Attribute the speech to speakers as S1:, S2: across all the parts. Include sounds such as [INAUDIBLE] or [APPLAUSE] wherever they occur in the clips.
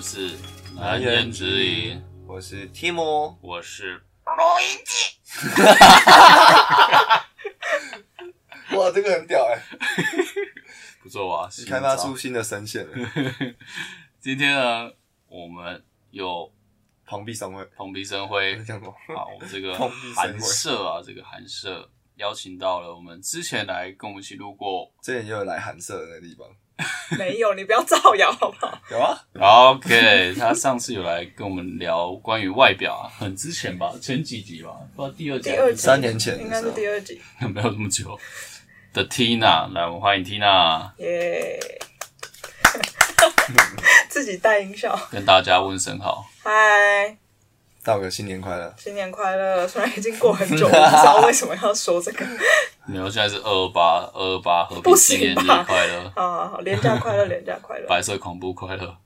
S1: 是
S2: 南
S1: 人
S2: 人
S1: 之
S2: 之
S1: 隐
S2: 隐，我是 t i m
S1: 我是
S2: 哇，这个很屌哎、
S1: 不错啊，
S2: 你开发出新的声线了。
S1: 今天呢，我们又
S2: 蓬荜生辉，
S1: 蓬荜生辉
S2: [LAUGHS] 你讲过？
S1: 啊，我们这个
S2: 蓬荜生辉
S1: 寒舍啊，这个寒舍邀请到了我们之前来跟我们一起路过
S2: 之前也有来寒舍的那个地方，
S3: [LAUGHS] 没有，你不要造谣好不
S2: [LAUGHS]
S3: 好？
S2: 有啊， [LAUGHS]
S1: ，OK，他上次有来跟我们聊关于外表啊，很之前吧，前几集吧，不知道第二集
S3: 第
S1: 还是
S3: 二集
S2: 三年前
S3: 应
S2: 的
S3: 该
S2: 时
S3: 是
S2: 候，
S3: 第二集，
S1: [LAUGHS] 没有这么久的 Tina，来，我们欢迎 Tina
S3: 耶、
S2: 嗯
S3: [LAUGHS] 自己带音效，
S1: 跟大家问声好。
S3: 嗨，
S2: 道哥新年快乐！
S3: 新年快乐！虽然已经过很久，我不知道为什么要说这个。 [LAUGHS]
S1: 你们现在是二二八，二二八和平
S3: 不
S1: 纪
S3: 行
S1: 念日
S3: 吧
S1: 快乐，
S3: 好啊好好，廉价快乐，廉价快乐。
S1: 白色恐怖快乐，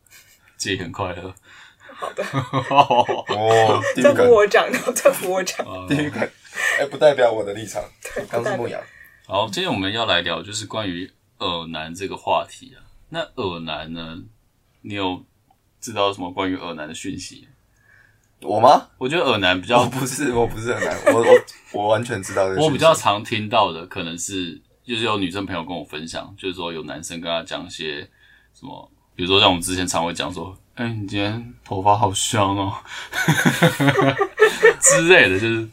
S1: 戒严快乐。
S3: 好的，
S2: 哦，第一
S3: 这不
S2: 个，
S3: 我讲的， [LAUGHS] 这不我讲。
S2: 第一个，哎、不代表我的立场。刚是牧羊，
S1: 好，今天我们要来聊就是关于耳男这个话题啊。那耳男呢，你有知道什么关于耳男的讯息？
S2: 我吗？
S1: 我觉得耳男比
S2: 我
S1: 较，
S2: 不是，我不是很难，我我我完全知道这个。
S1: 我比较，常听到的可能是，就是有女生朋友跟我分享，就是说有男生跟她讲一些什么，比如说像我们之前常会讲说，哎、你今天头发好香哦 [LAUGHS] 之类的，就是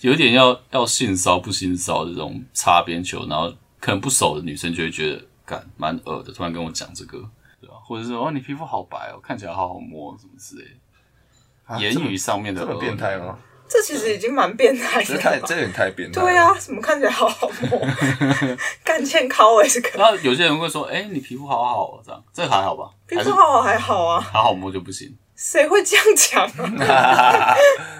S1: 有点要要性骚不性骚这种擦边球，然后可能不熟的女生就会觉得，干蛮恶的，突然跟我讲这个，对吧、或者是哦你皮肤好白哦，看起来好好摸什么之类的，
S2: 啊
S1: 言语上面的
S2: 这么这么
S1: 恶
S2: 变态吗？
S3: 这其实已经蛮变态
S2: 这
S3: 的
S2: 太
S3: 了
S2: 这
S3: 吧。
S2: 有点太变态。
S3: 对，啊，什么看起来好好摸，
S2: [LAUGHS]
S3: 干欠靠哎，这个
S1: 然后有些人会说：“哎、你皮肤好好哦，这样这个还好吧？
S3: 皮肤好好还好啊，
S1: 还好摸就不行，
S3: 谁会这样讲啊？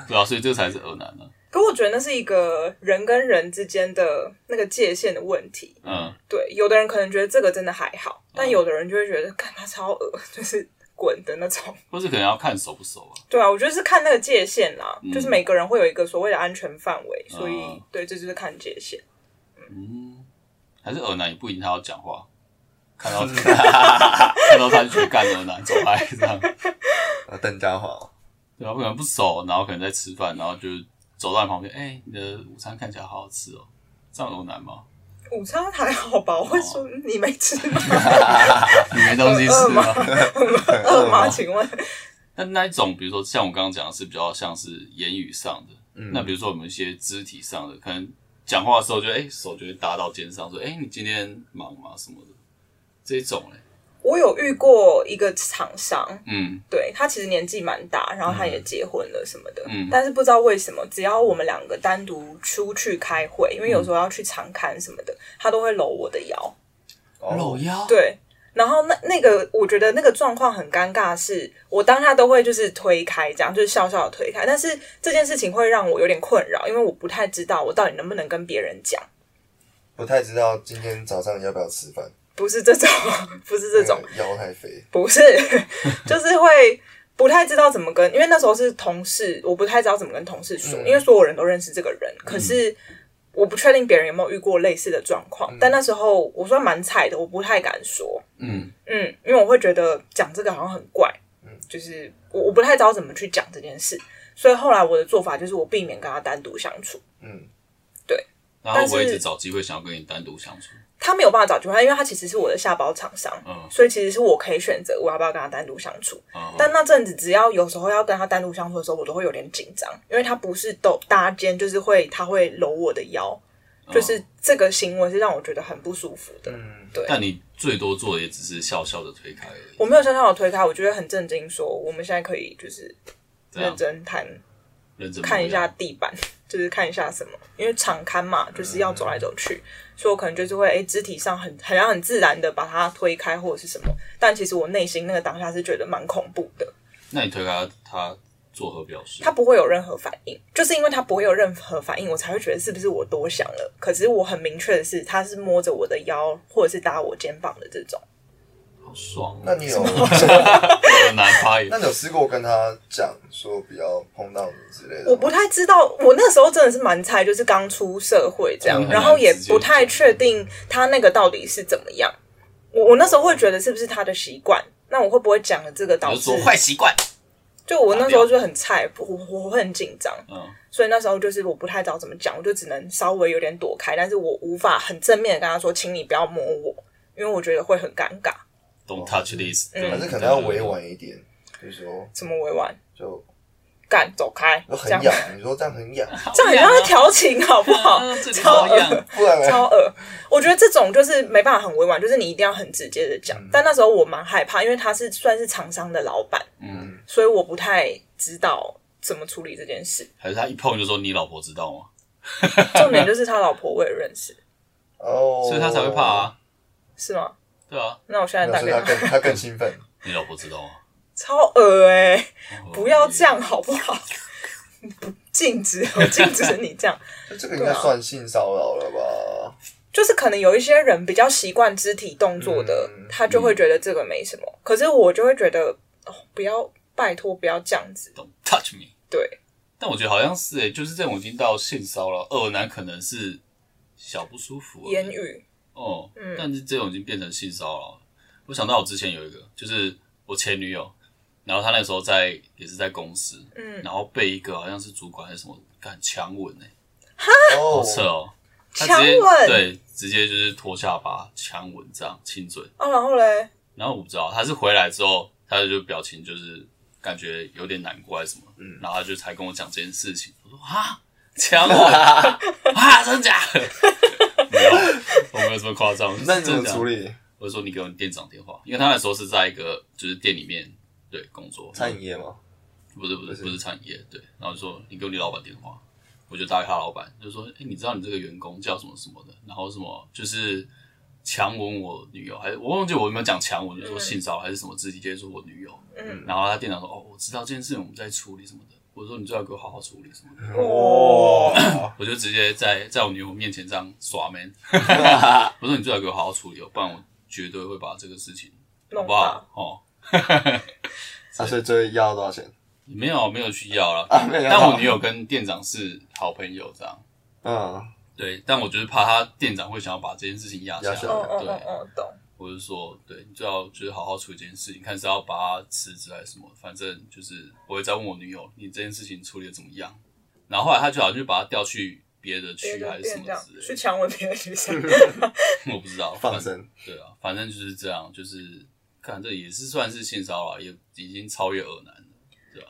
S1: 对啊，所以这才是恶男呢、
S3: 可我觉得那是一个人跟人之间的那个界限的问题。
S1: 嗯，
S3: 对，有的人可能觉得这个真的还好，但
S1: 嗯
S3: 有的人就会觉得，干他超恶，就是滚的那种。
S1: 或是可能要看熟不熟啊。
S3: 对啊，我觉得是看那个界限啦，
S1: 嗯
S3: 就是每个人会有一个所谓的安全范围，所以、
S1: 嗯
S3: 对，这就是看界限。
S1: 嗯，还是恶男也不一定他要讲话，看
S3: [LAUGHS]
S1: 到看到他就去干恶男走开这样，
S2: 啊，邓家华哦，
S1: 对啊，可能不熟，然后可能在吃饭，然后就走到你旁边，哎、你的午餐看起来好好吃哦，这样恶男
S3: [LAUGHS]
S1: 吗？
S3: 午餐还好吧？我
S1: 哦
S3: 会说、嗯你没吃吗？
S1: [LAUGHS] 你没东西吃
S3: 饿吗
S1: 吗？
S3: 饿吗？请问
S1: 那那一种，比如说像我刚刚讲的是比较像是言语上的，
S2: 嗯
S1: 那比如说我们一些肢体上的，可能讲话的时候就哎、手就会搭到肩上，说哎、你今天忙吗什么的，这种嘞，
S3: 我有遇过一个厂商，
S1: 嗯
S3: 对他其实年纪蛮大，然后他也结婚了什么的，
S1: 嗯
S3: 但是不知道为什么，只要我们两个单独出去开会，因为
S1: 嗯
S3: 有时候要去长刊什么的，他都会搂我的腰，
S2: 哦
S1: 搂腰，
S3: 对。然后那那个，我觉得那个状况很尴尬是，我当下都会就是推开，这样就是笑笑的推开。但是这件事情会让我有点困扰，因为我不太知道我到底能不能跟别人讲，
S2: 不太知道今天早上要不要吃饭，
S3: 不是这种， [LAUGHS] 不是这种，
S2: 那个腰太肥。
S3: 不是， [LAUGHS] 就是会不太知道怎么跟，因为那时候是同事，我不太知道怎么跟同事说，
S2: 嗯
S3: 因为所有人都认识这个人，可是
S1: 嗯
S3: 我不确定别人有没有遇过类似的状况。但那时候我算蛮菜的，我不太敢说，
S1: 嗯
S3: 嗯，因为我会觉得讲这个好像很怪，就是我我不太知道怎么去讲这件事，所以后来我的做法就是我避免跟他单独相处。
S2: 嗯，
S1: 然后
S3: 但是
S1: 我一直找机会想要跟你单独相处，
S3: 他没有办法找机会，因为他其实是我的下包厂商，
S1: 嗯
S3: 所以其实是我可以选择我要不要跟他单独相处。
S1: 嗯
S3: 但那阵子，只要有时候要跟他单独相处的时候，我都会有点紧张，因为他不是都搭肩，就是会他会搂我的腰，
S1: 哦嗯
S3: 就是这个行为是让我觉得很不舒服的。
S2: 嗯，
S3: 对
S1: 但你最多做的也只是笑笑的推开而已，
S3: 我没有笑笑的推开，我觉得很震惊，说我们现在可以就是
S1: 这
S3: 认
S1: 样
S3: 真谈，
S1: 认真
S3: 看一下
S1: 摸
S3: 地板， [LAUGHS] 就是看一下什么，因为场刊嘛，就是要走来走去，所以我可能就是会诶肢体上很很像很自然的把他推开或者是什么，但其实我内心那个当下是觉得蛮恐怖的。
S1: 腰，那你推开他他作何表示？
S3: 他不会有任何反应，就是因为他不会有任何反应，我才会觉得是不是我多想了。可是我很明确的是，他是摸着我的腰或者是搭我肩膀的这种，
S1: 好爽、啊，
S2: [LAUGHS] 那你有，
S1: 那个男发言
S2: 那，你有试过跟他讲说不要碰到你之
S1: 嗯
S2: 类的吗？
S3: 我不太知道。我那时候真的是蛮菜，就是刚出社会这样
S1: 嗯，
S3: 然后也不太确定他那个到底是怎么样。我我那时候会觉得是不是他的习惯，那我会不会讲了这个导
S1: 你就
S3: 致
S1: 说？坏习惯，
S3: 就我那时候就很菜，我我我会很紧张，
S1: 嗯，
S3: 所以那时候就是我不太知道怎么讲，我就只能稍微有点躲开，但是我无法很正面的跟他说，请你不要摸我，因为我觉得会很尴尬。
S1: ，Don't touch this，
S3: 嗯
S2: [LAUGHS] 还是可能要委婉一点，就是说
S3: 怎么委婉？
S2: 就
S3: 干，走开，
S2: 就
S3: 这
S2: 很
S3: 样
S2: 痒，你说这样很痒，
S3: 这样很像在调情，好不好？
S1: 啊这里
S3: [LAUGHS] 嗯超
S1: 好痒
S3: 恶，
S2: 不然呢
S3: 超恶。我觉得这种就是没办法很委婉，就是你一定要很直接的讲。
S2: 嗯
S3: 但那时候我蛮害怕，因为他是算是厂商的老板，
S1: 嗯，
S3: 所以我不太知道怎么处理这件事。
S1: 还是他一碰就说你老婆知道吗？
S3: 重点就是他老婆我也认识，
S2: 哦，
S1: 所以他才会怕啊，
S3: 是吗？
S1: 对啊，
S3: 那我现在
S2: 没有。
S3: 打
S2: 所
S3: 给
S2: 以他
S3: 他，
S2: 更他更兴奋，
S1: 你老婆知道啊吗？
S3: 超恶哎、 [LAUGHS] 不要这
S1: 样，
S3: 样好不好？ [LAUGHS] 禁止，我禁止你这样。 [LAUGHS]
S2: 这个应该算性骚扰了吧？
S3: 就是可能有一些人比较习惯肢体动作的，
S2: 嗯
S3: 他就会觉得这个没什么。
S1: 嗯
S3: 可是我就会觉得，哦，不要，拜托不要这样子。
S1: Don't touch me。
S3: 对，
S1: 但我觉得好像是诶、欸就是这种已经到性骚扰，恶男可能是小不舒服而已
S3: 言语，
S1: 哦，
S3: 嗯
S1: 但是这种已经变成性骚扰了。我想到我之前有一个，就是我前女友，然后她那时候在也是在公司，
S3: 嗯
S1: 然后被一个好像是主管还是什么干强吻哎、
S2: 哦
S1: 好，扯哦，她
S3: 强
S1: 直接
S3: 吻
S1: 对，直接就是脱下巴强吻这样亲嘴，
S3: 啊，然后嘞，
S1: 然后我不知道她是回来之后，她就表情就是感觉有点难过还是什么，
S2: 嗯
S1: 然后她就才跟我讲这件事情，我说啊强吻啊真假的？ [LAUGHS] 没有，我没有这么夸张，
S2: 那你怎
S1: 真的
S2: 么
S1: 假的
S2: 处理？
S1: 我就说你给我店长电话，因为他那时候是在一个就是店里面对工作，
S2: 餐饮业吗？
S1: 不是不
S2: 不
S1: 是
S2: 是
S1: 不是餐饮业对，然后就说你给我你老板电话，我就打给他老板，就说哎、诶你知道你这个员工叫什么什么的，然后什么就是强吻我女友，还是我忘记我有没有讲强吻，就说性骚扰还是什么肢体接触我女友，
S3: 嗯，
S1: 然后他店长说哦我知道这件事情我们在处理什么的，我说你最好给我好好处理什么的，
S2: 嗯
S3: 哦
S2: 哇，
S1: 我就直接在在我女友面前这样耍 man，我说你最好给我好好处理哦，不然我绝对会把这个事情好
S3: 弄
S1: 不
S3: 吧。
S1: 好哦。
S2: 啊，所以最后要多少钱？
S1: 没有没有去要了、
S2: 啊没有
S1: 但我女友跟店长是好朋友这样。
S2: 嗯，
S1: 对，但我就是怕他店长会想要把这件事情压下
S2: 压下
S1: 来。
S2: 来
S3: 哦哦
S1: 对，
S3: 哦哦，懂。
S1: 我就说，对，你最好就是好好处理这件事情，看是要把他辞职还是什么，反正就是我会再问我女友，你这件事情处理的怎么样。然后后来他就好像就把他调去别的
S3: 别
S1: 区
S3: 的
S1: 还是什
S3: 店
S1: 么
S3: 这样
S1: 之
S3: 去
S1: 类
S3: 强吻别的
S1: [LAUGHS]
S3: 女生，
S1: 的，我不知道。
S2: 放
S1: 反正
S2: 生，
S1: 对啊，反正就是这样，就是看这也是算是性骚扰，也已经超越恶男了。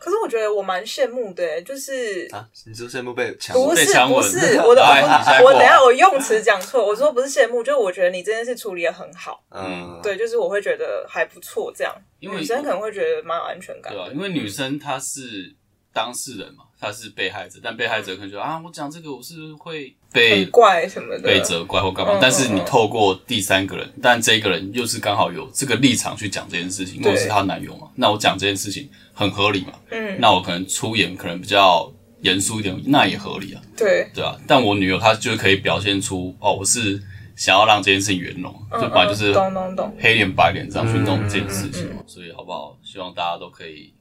S3: 可是我觉得我蛮羡慕的，欸就是
S2: 啊！你是不是羡慕被强
S3: 不
S2: 吻？
S1: 被
S3: 是
S1: 强
S3: 不
S1: 吻
S3: 是我
S1: [LAUGHS]
S3: 的，
S1: 哎你下一
S3: 我
S1: 个
S3: 我等一下我用词讲错，我说不是羡慕，就是我觉得你这件事处理的很好，
S2: 嗯，
S3: 对，就是我会觉得还不错，这样
S1: 因为
S3: 女生可能会觉得蛮有安全感
S1: 对
S3: 的。
S1: 啊，因为女生她是当事人嘛，她是被害者，但被害者可能觉得啊，我讲这个我是会被
S3: 很怪什么的，
S1: 被责怪或干嘛
S3: 啊嗯，
S1: 但是你透过第三个人，但这个人又是刚好有这个立场去讲这件事情，因为我
S3: 对
S1: 是她男友嘛，那我讲这件事情很合理嘛，
S3: 嗯，
S1: 那我可能出演可能比较严肃一点，那也合理啊，
S3: 对，
S1: 对啊，但我女友她就可以表现出哦，我是想要让这件事情圆融，就本来就是
S3: 嗯嗯懂嗯懂懂。
S1: 黑脸白脸这样去弄这件事情嘛，所以好不好？希望大家都可以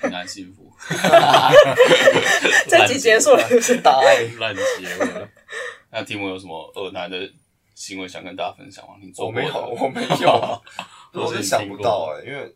S1: 平安幸福。
S3: [LAUGHS] 这集结束了，是不是？
S2: 大爱
S1: 烂结尾。 [LAUGHS] 那提姆有什么恶男的行为想跟大家分享吗？你做
S2: 我
S1: 过
S2: 没
S1: 的
S2: 有， [LAUGHS] 我没
S1: [LAUGHS]
S2: 有，
S1: 或
S2: 我
S1: 者
S2: 是
S1: 你
S2: 想
S1: 听
S2: 不
S1: 过
S2: 到哎、因为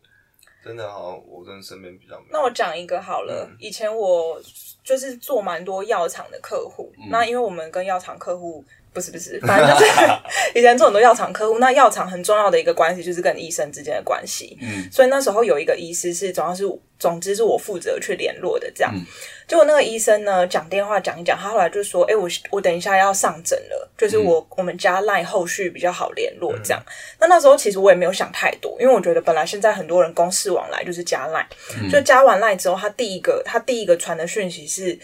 S2: 真的好像我真的身边比较没有。
S3: 那我讲一个好了。
S1: 嗯
S3: 以前我就是做蛮多药厂的客户，
S1: 嗯
S3: 那因为我们跟药厂客户不是不是，反正就是 [LAUGHS] 以前做很多药厂客户。那药厂很重要的一个关系就是跟医生之间的关系，
S1: 嗯，
S3: 所以那时候有一个医师是主要是总之是我负责去联络的这样。
S1: 嗯
S3: 结果那个医生呢讲电话讲一讲，他后来就说：“哎、我我等一下要上诊了，就是我、我们家赖后续比较好联络这样。那那时候其实我也没有想太多，因为我觉得本来现在很多人公事往来就是加赖、就加完赖之后，他第一个他第一个传的讯息是。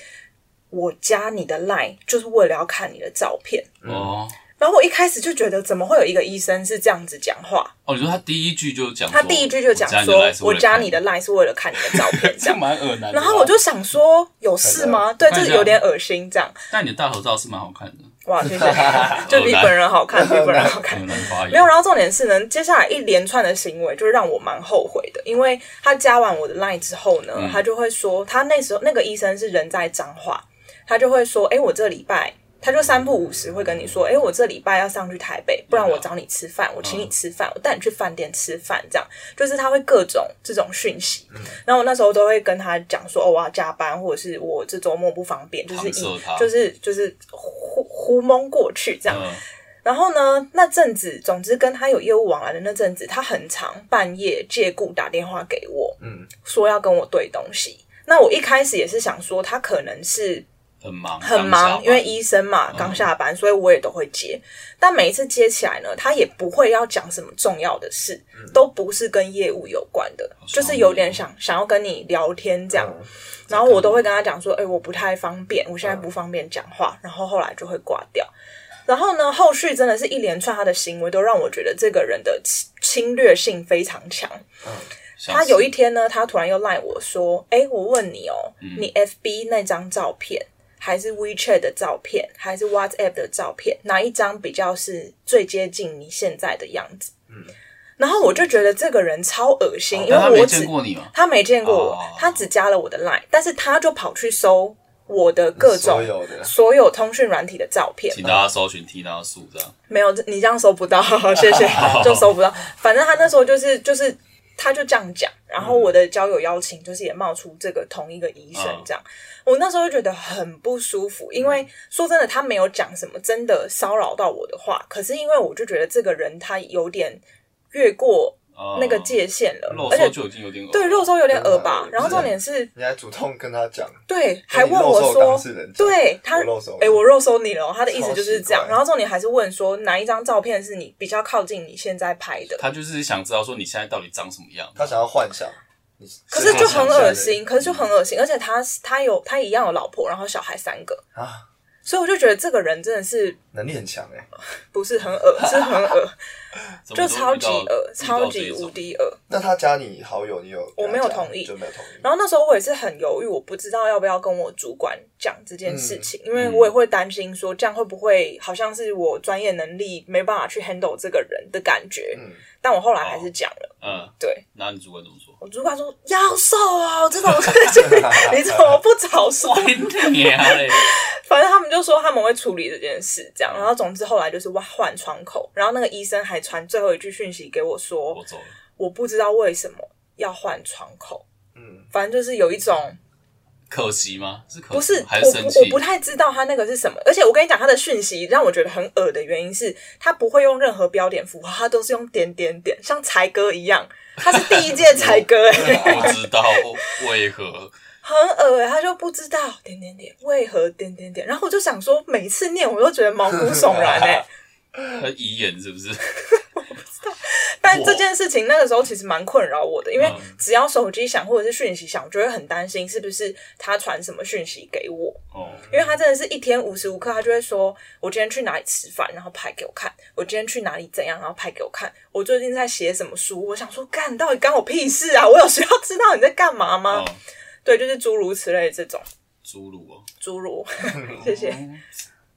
S3: 我加你的赖，就是为了要看你的照片。
S1: 哦
S3: 然后我一开始就觉得，怎么会有一个医生是这样子讲话？
S1: 哦，你说他第一句就讲说，
S3: 他第一句就讲说：“我加你的 line 是为了看你的照片。”
S1: [LAUGHS]
S3: 这
S1: 这
S3: 样，
S1: 蛮恶男的吧。
S3: 然后我就想说，有事吗？对，
S1: 看一
S3: 就
S1: 下
S3: 是有点恶心这样。
S1: 但你的大头照是蛮好看的，
S3: 哇，谢谢，
S1: [LAUGHS]
S3: 就比本人好看，比本人好看
S1: 恶。男发言
S3: 没有，然后重点是呢，接下来一连串的行为就是让我蛮后悔的，因为他加完我的 line 之后呢，他就会说，他那时候那个医生是人在彰化，他就会说，哎、我这礼拜他就三不五时会跟你说，哎、我这礼拜要上去台北，不然我找你吃饭，我请你吃饭，我带你去饭店吃饭，这样就是他会各种这种讯息。然后我那时候都会跟他讲说，哦，我要加班，或者是我这周末不方便，就是
S1: 搪塞
S3: 以
S1: 他
S3: 就是就是糊糊蒙过去这样。
S1: 嗯，
S3: 然后呢，那阵子，总之跟他有业务往来的那阵子，他很常半夜借故打电话给我，
S2: 嗯，
S3: 说要跟我对东西。那我一开始也是想说，他可能是
S1: 很忙，刚
S3: 很
S1: 下
S3: 忙，
S1: 班嗯
S3: 因为医生嘛，刚下班，所以我也都会接。但每一次接起来呢，他也不会要讲什么重要的事，都不是跟业务有关的，
S1: 嗯爽哦
S3: 就是有点想想要跟你聊天这样。
S2: 嗯
S3: 然后我都会跟他讲说，哎、我不太方便，我现
S1: 嗯
S3: 在不方便讲话。然后后来就会挂掉。然后呢，后续真的是一连串他的行为都让我觉得这个人的侵侵略性非常强。
S1: 像
S3: 他有
S1: 是
S3: 一天呢，他突然又赖我说：“哎、我问你哦、
S1: 嗯
S3: 你 FB 那张照片，还是 WeChat 的照片，还是 WhatsApp 的照片，哪一张比较是最接近你现在的样子？”然后我就觉得这个人超恶心，因
S1: 嗯哦但他
S3: 为
S1: 没
S3: 我只
S1: 见过你嘛，
S3: 他没见过我，
S1: 哦
S3: 他只加了我的 line，但是他就跑去搜我的各种
S2: 所有的
S3: 所有通讯软体的照片，
S1: 请大家搜寻缇娜素这样，
S3: 没有，你这样搜不到， [LAUGHS] 谢谢，就搜不到。反正他那时候就是就是，他就这样讲，然后我的交友邀请就是也冒出这个同一个医生
S1: 嗯
S3: 这样，我那时候就觉得很不舒服，因为说真的，他没有讲什么真的骚扰到我的话，可是因为我就觉得这个人他有点越过
S1: 哦
S3: 那个界限了，
S1: 肉
S3: 而
S1: 搜
S3: 且
S1: 就已经有点恶
S3: 对肉搜有点恶吧
S2: 对，对
S3: 然后
S2: 是
S3: 重点是
S2: 你还主动跟他讲，
S3: 对，还
S2: 跟你
S3: 问
S2: 肉
S3: 我
S2: 搜当
S3: 说
S2: 事，人讲，
S3: 对他，
S2: 我肉搜
S3: 哎、我肉搜你了哦，他的意思就是这样
S2: 超奇。怪
S3: 然后重点还是问说哪一张照片是你比较靠近你现在拍的，
S1: 他就是想知道说你现在到底长什么样，
S2: 他想要幻想，你
S3: 可是就很恶心，
S2: 是
S3: 可是就很恶心，而且他他有他一样有老婆，然后小孩三个，
S2: 他想象的啊，
S3: 所以我就觉得这个人真的是
S2: 能力很强哎，
S3: 不是很恶，是很恶，
S2: [LAUGHS]
S1: 怎么都
S3: 就超
S1: 遇
S3: 级
S1: 到
S3: 恶，超级
S1: 遇到这
S3: 无
S1: 种
S3: 敌恶。
S2: 那他加你好友，你有跟他
S3: 我没有
S2: 讲
S3: 同意
S2: 就没有同意，
S3: 然后那时候我也是很犹豫，我不知道要不要跟我主管讲这件事情，因为我也会担心说这样会不会好像是我专业能力没办法去 handle 这个人的感觉。
S2: 嗯
S3: 但我后来还是讲了，
S1: 嗯，
S3: 对
S1: 那你主管怎么说？
S3: 我主管说要瘦啊，这种事情你怎么不早 [LAUGHS] 说？
S1: 你啊嘞！
S3: 反正他们就说他们会处理这件事，这样。然后总之后来就是哇换窗口，然后那个医生还传最后一句讯息给我说
S1: 我，走了，
S3: 我不知道为什么要换窗口，
S2: 嗯，
S3: 反正就是有一种。
S1: 可惜吗？是可惜
S3: 不是，
S1: 还是
S3: 我
S1: 生
S3: 不我
S1: 气？
S3: 不太知道他那个是什么，而且我跟你讲，他的讯息让我觉得很恶的原因是，他不会用任何标点符号，他都是用点点点，像才哥一
S1: [LAUGHS]
S3: 样，他是第一届才哥、欸，
S1: 不知道为何
S3: 很恶、欸，他就不知道点点点为何点点点，然后我就想说，每次念我都觉得毛骨悚然哎、
S1: [LAUGHS]
S3: 欸
S1: 很遗言是不是？
S3: 但这件事情那个时候其实蛮困扰我的，因为
S1: 嗯
S3: 只要手机响或者是讯息响，我就会很担心是不是他传什么讯息给我。
S1: 哦，
S3: 因为他真的是一天无时无刻，他就会说：“我今天去哪里吃饭，然后拍给我看；我今天去哪里怎样，然后拍给我看；我最近在写什么书。”我想说，干，到底干我屁事啊！我有需要知道你在干嘛吗？
S1: 哦，
S3: 对，就是诸如此类的这种
S1: 侏儒哦，
S3: 诸如，谢谢，
S1: 嗯。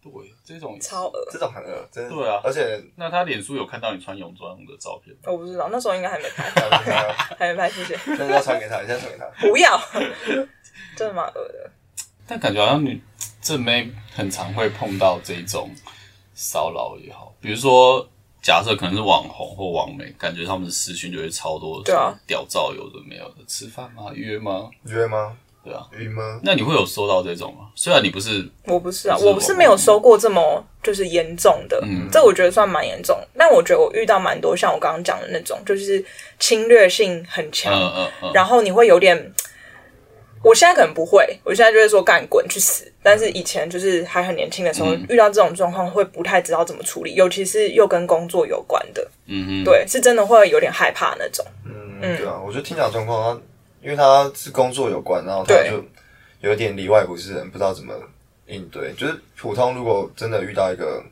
S1: 对，这种
S3: 超恶，
S2: [LAUGHS] 这种很恶，真的
S1: 对啊
S2: 而且
S1: 那他脸书有看到你穿泳装的照片吗？
S3: 我不知道，那时候应该还没拍，还没拍，谢谢，
S2: 现在要传给他，你现在传给他，
S1: 啊
S3: 不要， [LAUGHS] 真的蛮恶的。
S1: 但感觉好像女正妹很常会碰到这种骚扰也好，比如说假设可能是网红或网媒，感觉他们的私讯就会超多
S3: 对啊
S1: 屌照有的没有的，吃饭吗？约吗？
S2: 约吗？
S1: 对啊，
S2: 约吗？
S1: 那你会有收到这种吗？虽然你不是
S3: 我不是啊，
S1: 就是
S3: 我不嗯是没有收过这么就是严重的，这我觉得算蛮严重。但我觉得我遇到蛮多像我刚刚讲的那种，就是侵略性很强，
S1: 嗯嗯嗯，
S3: 然后你会有点，我现在可能不会，我现在就会说干滚去死。但是以前就是还很年轻的时候，
S2: 嗯
S3: 遇到这种状况会不太知道怎么处理，尤其是又跟工作有关的，
S1: 嗯哼，
S3: 对，是真的会有点害怕那种。
S2: 嗯，对啊，我觉得听讲状况，他因为他是工作有关，然后他
S3: 对
S2: 就有点里外不是人，不知道怎么应对。就是普通如果真的遇到一个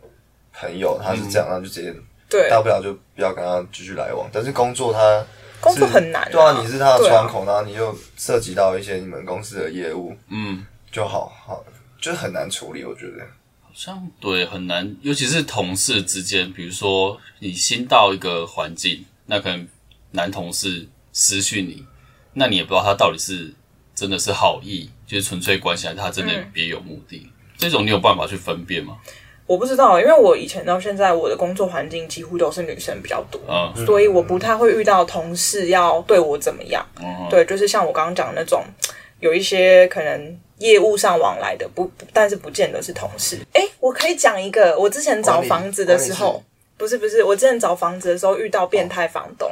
S2: 朋友，他是这样，那就直接
S3: 对，
S2: 大不了就不要跟他继续来往。但是工作他
S3: 工
S2: 是
S3: 作很难、
S2: 对啊，你是他的
S3: 对啊
S2: 窗口，然后你又涉及到一些你们公司的业务，
S1: 嗯，
S2: 就好好就是很难处理，我觉得。
S1: 好像对很难，尤其是同事之间，比如说你新到一个环境，那可能男同事失去你，那
S3: 嗯
S1: 你也不知道他到底是真的是好意，就是纯粹关系，还是他真的别有目的。这种你有办法去分辨吗？
S3: 我不知道，因为我以前到现在，我的工作环境几乎都是女生比较多，
S1: 啊、
S2: 嗯
S3: 所以我不太会遇到同事要对我怎么样。
S1: 嗯，
S3: 对，就是像我刚刚讲的那种，有一些可能业务上往来的，不，不但是不见得是同事。哎，我可以讲一个，我之前找
S2: 管理
S3: 房子的时
S2: 管理
S3: 候
S2: 室，
S3: 不是不是，我之前找房子的时候遇到变态房东。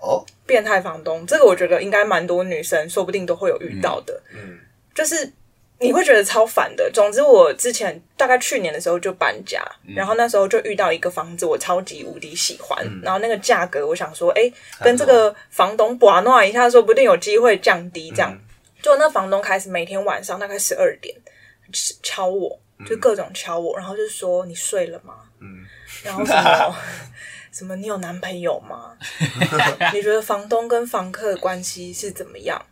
S2: 哦，
S3: 变态房东，这个我觉得应该蛮多女生说不定都会有遇到的，
S2: 嗯，
S3: 就是你会觉得超烦的。总之，我之前大概去年的时候就搬家，
S2: 嗯
S3: 然后那时候就遇到一个房子，我超级无敌喜欢，
S2: 嗯
S3: 然后那个价格，我想说，哎、跟这个房东把弄一下，说不定有机会降低这样。
S2: 嗯
S3: 就那房东开始每天晚上大概十二点敲我，就各种敲我，然后就说你睡了吗？
S2: 嗯，
S3: [LAUGHS] 然后什么什么你有男朋友吗？你觉得房东跟房客的关系是怎么样？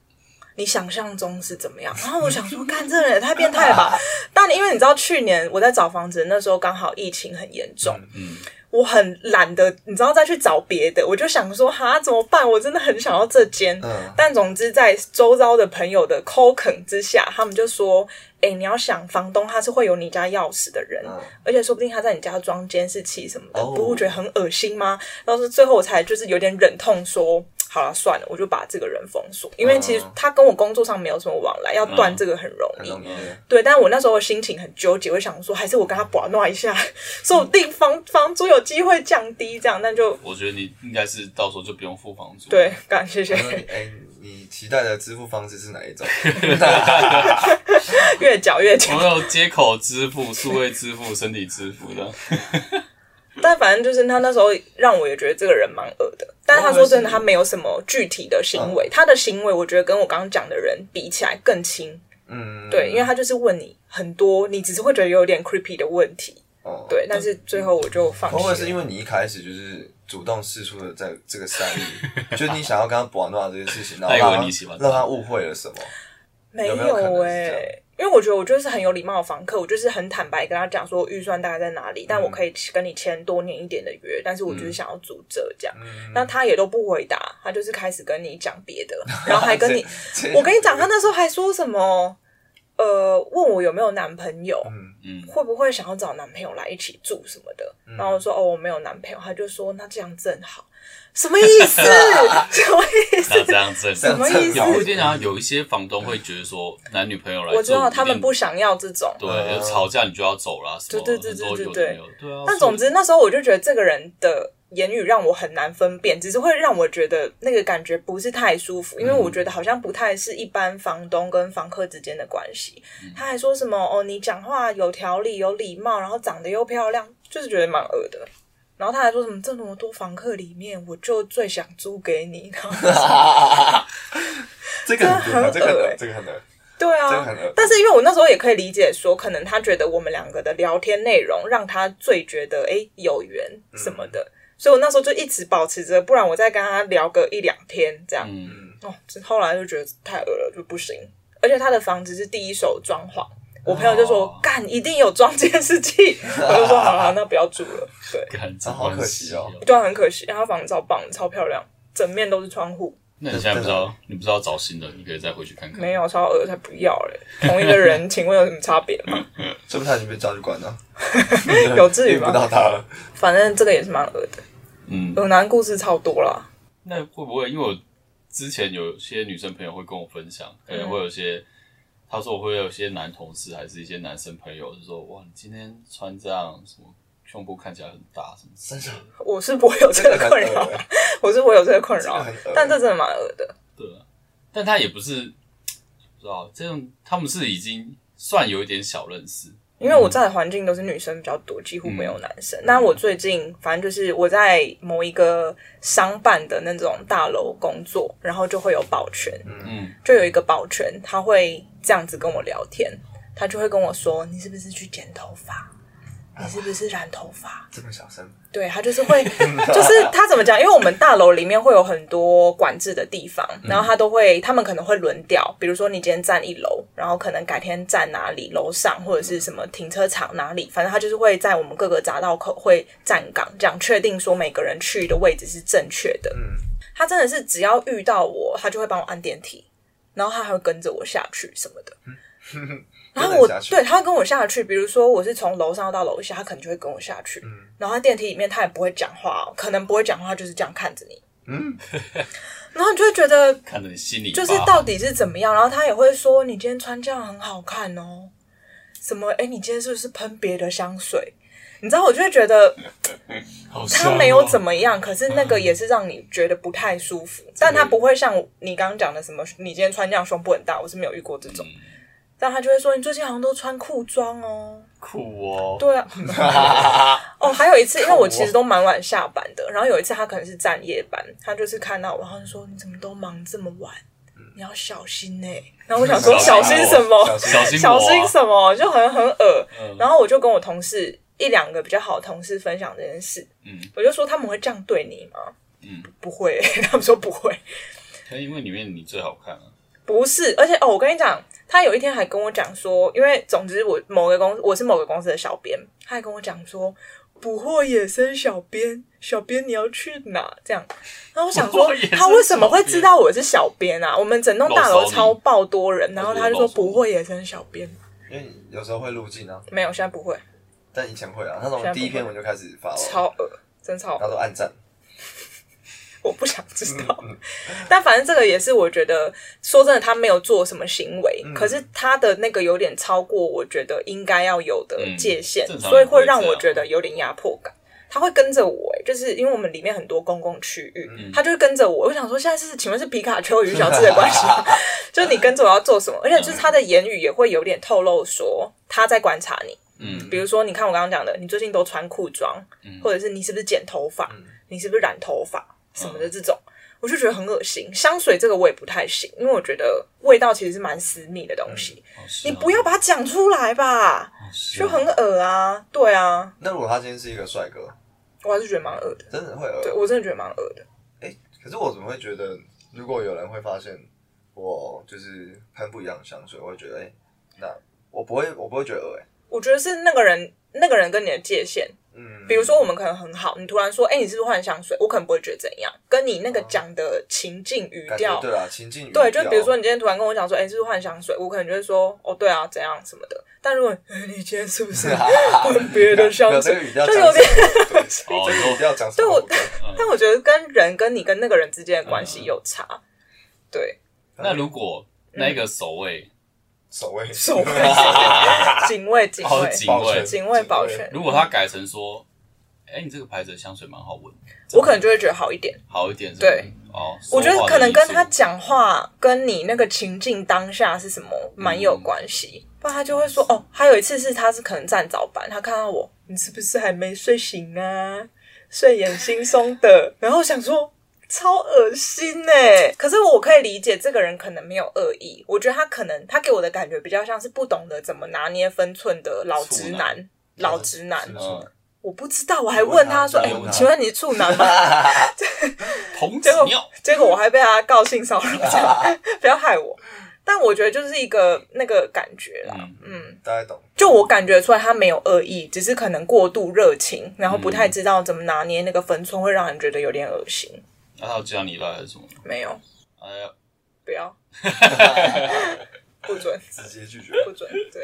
S3: 你想象中是怎么样？然后我想说，干这人也太变态了吧！但因为你知道，去年我在找房子那时候刚好疫情很严重，
S1: 嗯
S3: 我很懒得，你知道再去找别的，我就想说，哈怎么办？我真的很想要这间，
S2: 嗯
S3: 但总之，在周遭的朋友的抠啃之下，他们就说：“哎、你要想房东他是会有你家钥匙的人，
S2: 嗯
S3: 而且说不定他在你家装监视器什么的，
S2: 哦
S3: 不会觉得很恶心吗？”然后是最后我才就是有点忍痛说：“好了，算了，我就把这个人封锁，因为其实他跟我工作上没有什么往来，要断这个很容
S2: 哦嗯很
S3: 易。
S2: 容易
S3: 对，但我那时候心情很纠结，我想说还是我跟他把闹一下，
S2: 嗯
S3: 说不定房房租有机会降低，这样那就
S1: 我觉得你应该是到时候就不用付房租。
S3: 对，感谢谢
S2: 那，你哎，你期待的支付方式是哪一种？
S3: [LAUGHS] 越讲
S2: 哦
S3: 越讲
S1: 我。们有接口支付、数位支付、身体支付的。
S3: 但反正就是他那时候让我也觉得这个人蛮恶的，但
S2: 哦
S3: 他说真的，他没有什么具体的行
S2: 嗯
S3: 为，他的行为我觉得跟我刚刚讲的人比起来更轻，
S2: 嗯，
S3: 对，因为他就是问你很多，你只是会觉得有点 creepy 的问题，
S2: 哦，
S3: 对，但是最后我就放
S2: 会不会
S3: 弃
S2: 是
S3: 了。
S2: 因为你一开始就是主动试出了在这个善
S1: [LAUGHS]
S2: 意，就是你想要跟他玩闹这件事情，然后
S1: 他以为
S2: 让他
S1: 你喜欢他
S2: 让他误会了什么？
S3: 没
S2: 有没有可能是
S3: 哎、
S2: 这样
S3: 因为我觉得我就是很有礼貌的房客，我就是很坦白跟他讲说我预算大概在哪里，
S2: 嗯
S3: 但我可以跟你签多年一点的约，但是我就是想要租这这样。
S2: 嗯
S3: 那他也都不回答，他就是开始跟你讲别的，然后还
S2: [LAUGHS]
S3: 跟你
S2: 这
S3: [LAUGHS] 我跟你讲，他那时候还说什么，呃，问我有没有男朋友，
S2: 嗯
S1: 嗯，
S3: 会不会想要找男朋友来一起住什么的。然后我说哦，我没有男朋友，他就说那这样正好，什么意
S1: [LAUGHS]
S3: 思？什么意思？
S1: 那这样子，
S3: 什么意思
S1: 有一点啊，有一些房东会觉得说男女朋友来做，
S3: 我知道他
S1: 一
S3: 们
S1: 定
S3: 不想要这种。
S1: 对，吵架你就要走了，什么
S3: 对对对
S1: 很多
S3: 对
S1: 有
S3: 对
S1: 的没有对啊。
S3: 但总之那时候我就觉得这个人的言语让我很难分辨，只是会让我觉得那个感觉不是太舒服，因为我觉得好像不太是一般房东跟房客之间的关系。他还说什么哦，你讲话有条理、有礼貌，然后长得又漂亮，就是觉得蛮恶的。然后他还说什么这么多房客里面，我就最想租给你。然后
S2: 这个很变态，这个
S3: 这很
S2: 很
S3: 恶
S2: 恶
S3: 欸
S2: 这个很恶这
S3: 对
S2: 个
S3: 啊
S2: 很恶，
S3: 但是因为我那时候也可以理解说，可能他觉得我们两个的聊天内容让他最觉得哎、诶有缘什么的，
S2: 嗯
S3: 所以我那时候就一直保持着，不然我再跟他聊个一两天这样。
S1: 嗯，
S3: 哦，这后来就觉得太恶了，就不行。而且他的房子是第一手装潢，我朋友就说
S1: 哦
S3: 干一定有装监视
S2: [LAUGHS]
S3: 器，我就说好了，那不要住了。对，
S1: 看
S2: 啊好可惜哦。
S3: 对啊，很可惜，他房子超棒，超漂亮，整面都是窗户。
S1: 那你现在不知道，你不知道找新的，你可以再回去看看。
S3: 没有超恶才不要嘞！同一个人，请问有什么差别
S2: [LAUGHS]
S3: 吗？
S2: 说不定他已经被抓去关了，
S3: 有至于
S2: 遇
S3: 吗
S2: 不到他了。
S3: 反正这个也是蛮恶的。
S1: 嗯，
S3: 有男故事超多啦，
S1: 那会不会因为我之前有些女生朋友会跟我分享，
S3: 嗯
S1: 可能会有些，她说我会有些男同事还是一些男生朋友，就说哇，你今天穿这样，什么胸部看起来很大，什么之类的
S3: 我是不会有这个
S2: 很
S3: 困
S2: 恶 [LAUGHS]
S3: 扰，
S2: 欸
S3: 我是不会有这个困扰
S2: 这个很恶，
S3: [LAUGHS] 但这真的蛮恶的。
S1: 对啊，但他也不是不知道这种，他们是已经算有一点小认识，
S3: 因为我在的环境都是女生比较多，几乎没有男
S2: 嗯
S3: 生。那、我最近反正就是我在某一个商办的那种大楼工作，然后就会有保全，
S1: 嗯，
S3: 就有一个保全，他会这样子跟我聊天，他就会跟我说：“你是不是去剪头发？你是不是染头发？”
S2: 这么小声，
S3: 对他就是会， [LAUGHS]
S2: [LAUGHS]
S3: 就是他怎么讲？因为我们大楼里面会有很多管制的地方，然后他都会，他们可能会轮调，比如说你今天站一楼，然后可能改天站哪里，楼上或者是什么停车场哪里，反正他就是会在我们各个匝道口会站岗，这样确定说每个人去的位置是正确的。
S2: 嗯，
S3: 他真的是只要遇到我，他就会帮我按电梯，然后他还会跟着我下去什么的。
S2: 嗯
S3: [LAUGHS] 然后
S2: 等
S3: 我
S2: 下去
S3: 对他会跟我下去，比如说我是从楼上到楼下，他可能就会跟我下去。
S2: 嗯
S3: 然后他电梯里面他也不会讲话、哦，可能不会讲话，他就是这样看着你。
S2: 嗯，
S3: [LAUGHS] 然后你就会觉得
S1: 看着你心里
S3: 就是
S1: 发寒
S3: 到底是怎
S2: [LAUGHS]
S3: 么样，然后他也会说你今天穿这样很好看哦，什么哎你今天是不是喷别的香水？你知道，我就会觉得
S1: 好
S3: 他
S1: 香
S3: 没有
S1: 哦
S3: 怎么样，可是那个也是让你觉得不太舒服。但他不会像你刚刚讲的什么，你今天穿这样胸部很大，我是没有遇过这种。但他就会说你最近好像都穿裤装哦，
S1: 酷哦，
S3: 对啊，哦，还有一次，因为我其实都蛮晚下班的，然后有一次他可能是站夜班，他就是看到我，然后就说你怎么都忙这么晚，你要小心呢、然后我想说小
S1: 小
S3: 心
S1: 心
S3: 什么
S1: 小
S2: 小？
S1: 心
S3: 小
S1: 我啊
S3: 心什么？就很很恶。
S1: 嗯
S3: 然后我就跟我同事一两个比较好的同事分享这件事，
S1: 嗯
S3: 我就说他们会这样对你吗？
S1: 嗯，
S3: 不会， [LAUGHS] 他们说不会。
S1: 可能因为里面你最好看啊，
S3: 不是，而且哦，我跟你讲，他有一天还跟我讲说，因为总之我某个公我是某个公司的小编，他还跟我讲说，捕获野生小编，小编你要去哪？这样，然后我想
S1: 捕
S3: 说
S1: 获野，生
S3: 他为什么会
S1: 小编
S3: 知道我是小编啊？我们整栋大楼
S1: 老骚你
S3: 超爆多人，然后
S1: 他
S3: 他就
S1: 直接
S3: 说
S1: 老骚你
S3: 捕获野生小编，
S2: 因为有时候会入镜啊，
S3: 没有，现在不会，
S2: 但以前会啊，他从第一篇文就开始发了，
S3: 超恶，真超恶
S1: 嗯
S2: 他。都暗赞，
S3: 我不想知道。但反正这个也是我觉得，说真的，他没有做什么行为，
S1: 嗯
S3: 可是他的那个有点超过我觉得应该要有的界限，
S1: 嗯正常人
S3: 所以会让
S1: 不会
S3: 我
S1: 这样
S3: 觉得有点压迫感。他会跟着我、欸，就是因为我们里面很多公共区域，
S1: 嗯
S3: 他就会跟着我。我想说，现在是请问是皮卡丘与小智的关
S1: [LAUGHS]
S3: 系吗？就是你跟着我要做什么？而且就是他的言语也会有点透露说他在观察你。
S1: 嗯
S3: 比如说，你看我刚刚讲的，你最近都穿裤装，
S2: 嗯
S3: 或者是你是不是剪头发，你是不是染头发什么的
S2: 嗯
S3: 这种，我就觉得很恶心。香水这个我也不太行，因为我觉得味道其实是蛮私密的东西，
S2: 嗯
S1: 好香
S2: 啊
S3: 你不要把它讲出来吧，
S1: 好香
S3: 就很恶啊。对啊，
S2: 那如果他今天是一个帅哥，
S3: 我还是觉得蛮恶的。
S2: 真的会
S3: 对
S2: 恶。
S3: 我真的觉得蛮恶的。
S2: 哎，可是我怎么会觉得，如果有人会发现我就是喷不一样的香水，我会觉得，哎，那我不会，我不会觉得恶，哎，
S3: 我觉得是那个人，那个人跟你的界限。
S2: 嗯，
S3: 比如说，我们可能很好，你突然说：“哎、你是不是换香水？”我可能不会觉得怎样，跟你那个讲的情境语
S2: 哦感
S3: 调
S2: 觉对啊，情境语
S3: 对，就
S2: 调
S3: 比如说你今天突然跟我讲说，哎、是不是换香水？我可能就会说，哦，对啊，怎样什么的。但如果、哎你 [LAUGHS] 今天是不是啊换别的香
S2: 没有
S3: 水
S2: 这个语，调
S3: 就
S2: 讲
S3: 有点。
S1: 哦，
S2: 这个语调讲什
S3: 对
S2: 么
S3: 我
S2: 我不知道？
S3: 但我觉得跟人跟你跟那个人之间的关系有差。 [LAUGHS] 对，
S1: 那如果那个守卫，
S2: 守卫，
S3: 守
S2: [LAUGHS]
S3: 卫 [LAUGHS] 警卫，警
S1: 哦，
S3: 卫，
S1: 警
S2: 保
S1: 卫
S2: 全，
S3: 警卫保全，
S1: 如果他改成说，哎，你这个牌子的香水蛮好闻，
S3: 我可能就会觉得好一点。
S1: 好一点，是
S3: 对
S1: 吗，哦，
S3: 我觉
S1: 说
S3: 得
S1: 话的
S3: 可能跟
S1: 艺术
S3: 他讲话，跟你那个情境当下是什么蛮有关系，不然他就会说哦。还有一次是他是可能站早班，他看到我，你是不是还没睡醒啊？睡眼惺忪的， [LAUGHS] 然后想说超恶心呢、可是我可以理解这个人可能没有恶意，我觉得他可能他给我的感觉比较像是不懂得怎么拿捏分寸的老直
S1: 处
S3: 男
S1: 男，
S3: 老直男。
S1: 嗯
S3: 我不知道，我还问他说：“哎、
S2: 你问他
S3: 请问你是处男吗？”
S1: 童子
S3: 结果
S1: 尿，
S3: 结果我还被他告性骚扰，这样 [LAUGHS] 不要害我。但我觉得就是一个那个感觉啦，
S1: 嗯
S3: 嗯，
S2: 大家懂。
S3: 就我感觉出来他没有恶意，只是可能过度热情，然后不太知道怎么拿捏那个分寸，会让人觉得有点恶心。
S1: 那他有叫你来还是什么？
S3: 没有，
S1: 哎呀，
S3: 不 [LAUGHS] 要，不准，
S2: 直接拒绝。
S3: 不准，对，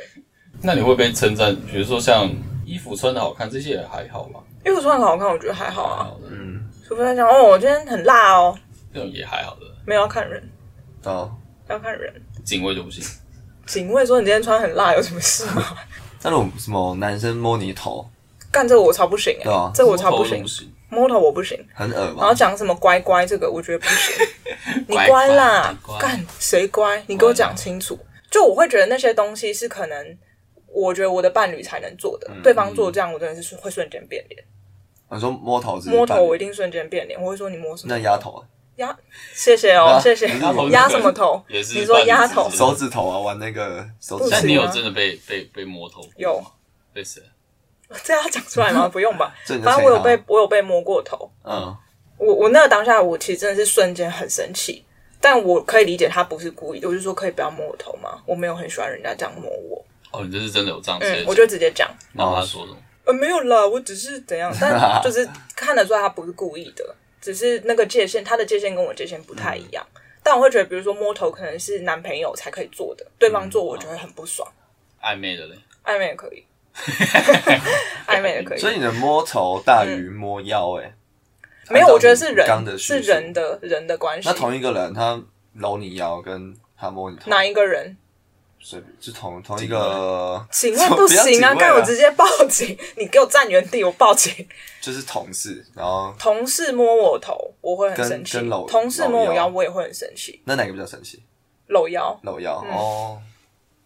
S1: 那你会被称赞？比如说像衣服穿的好看，这些也还好吧？
S3: 因为我穿很好看，我觉得还好啊。
S1: 好的，
S2: 嗯，
S3: 除非他讲哦，我今天很辣哦，
S1: 这种也还好的。
S3: 没有要看人，
S2: 哦。
S3: 要看人。
S1: 警卫就不行，
S3: 警卫说你今天穿很辣有什么事吗？
S2: 那种什么男生摸你头，
S3: 干这个我超不行哎、
S2: 对啊
S3: 这个我超不
S1: 头都
S3: 行啊
S1: 不，行。
S3: 摸头我不行。
S2: 很恶
S3: 然后
S2: 吧？
S3: 讲什么乖乖这个，我觉得不行。你
S1: 乖
S3: 乖啦
S1: 乖，乖
S3: 干谁乖？你给我讲清楚。就我会觉得那些东西是可能，我觉得我的伴侣才能做的，对方做这样，我真的是会瞬间变脸。
S2: 我说摸头是
S3: 摸头我
S2: 半
S3: 一定瞬间变脸，我会说你摸什
S2: 嗯
S3: 么
S2: 那压头啊，
S3: 压？谢谢哦
S2: 啊，
S3: 谢谢
S2: 你是我的。
S3: 压什么头？
S1: 也是
S3: 你说压头
S1: 伴侣之间
S2: 手指头啊，玩那个手指
S3: 不啊
S1: 但
S3: 是
S1: 你
S2: 头，
S1: 有真的被被被摸头过吗？啊
S3: 有
S1: 被谁？
S3: 这要讲出来吗？不用吧
S2: 这你，就
S3: 反正我有
S2: 猜他
S3: 被我有被摸过头。
S2: 嗯，
S3: 我我那个当下，我其实真的是瞬间很生气，但我可以理解他不是故意的，我就说可以不要摸我头吗？我没有很喜欢人家这样摸我。
S1: 哦，你这是真的有这样
S3: 嗯
S1: 子，。
S3: 我就直接讲，
S1: 然后他说什么？
S3: 呃，没有啦，我只是
S2: [LAUGHS]
S3: 怎样，但
S2: 嗯
S3: 就是看得出来他不是故意的，只是那个界限，他的界限跟我界限不太一样。但我会觉得，比如说摸头可能是男朋友才可以做的，对方做我就会很不爽。
S1: 暧昧的嘞，
S3: 暧昧
S2: [LAUGHS]
S3: 也可以，暧昧也可以。
S2: 嗯所以你的摸头大于摸腰、欸，哎、
S3: 没有，我觉得是
S2: 刚的
S3: 人，
S2: 叙
S3: 是
S2: 述
S3: 人的人的关系
S2: 那。同一个人他搂你腰，跟他摸你头，
S3: 哪一个人？
S2: 随便是同同一个，[LAUGHS]
S3: 请问不行啊！
S2: 不要警
S3: 干
S2: 卫
S3: 我直接报警！ [LAUGHS] 你给我站原地，我报警。
S2: 就是同事，然后
S3: 同事摸我头，我会很生气
S2: 跟跟搂；
S3: 同事摸我
S2: 搂
S3: 腰，
S2: 腰
S3: 我也会很生气。
S2: 那哪个比较神奇？
S3: 搂腰，
S2: 搂腰、哦，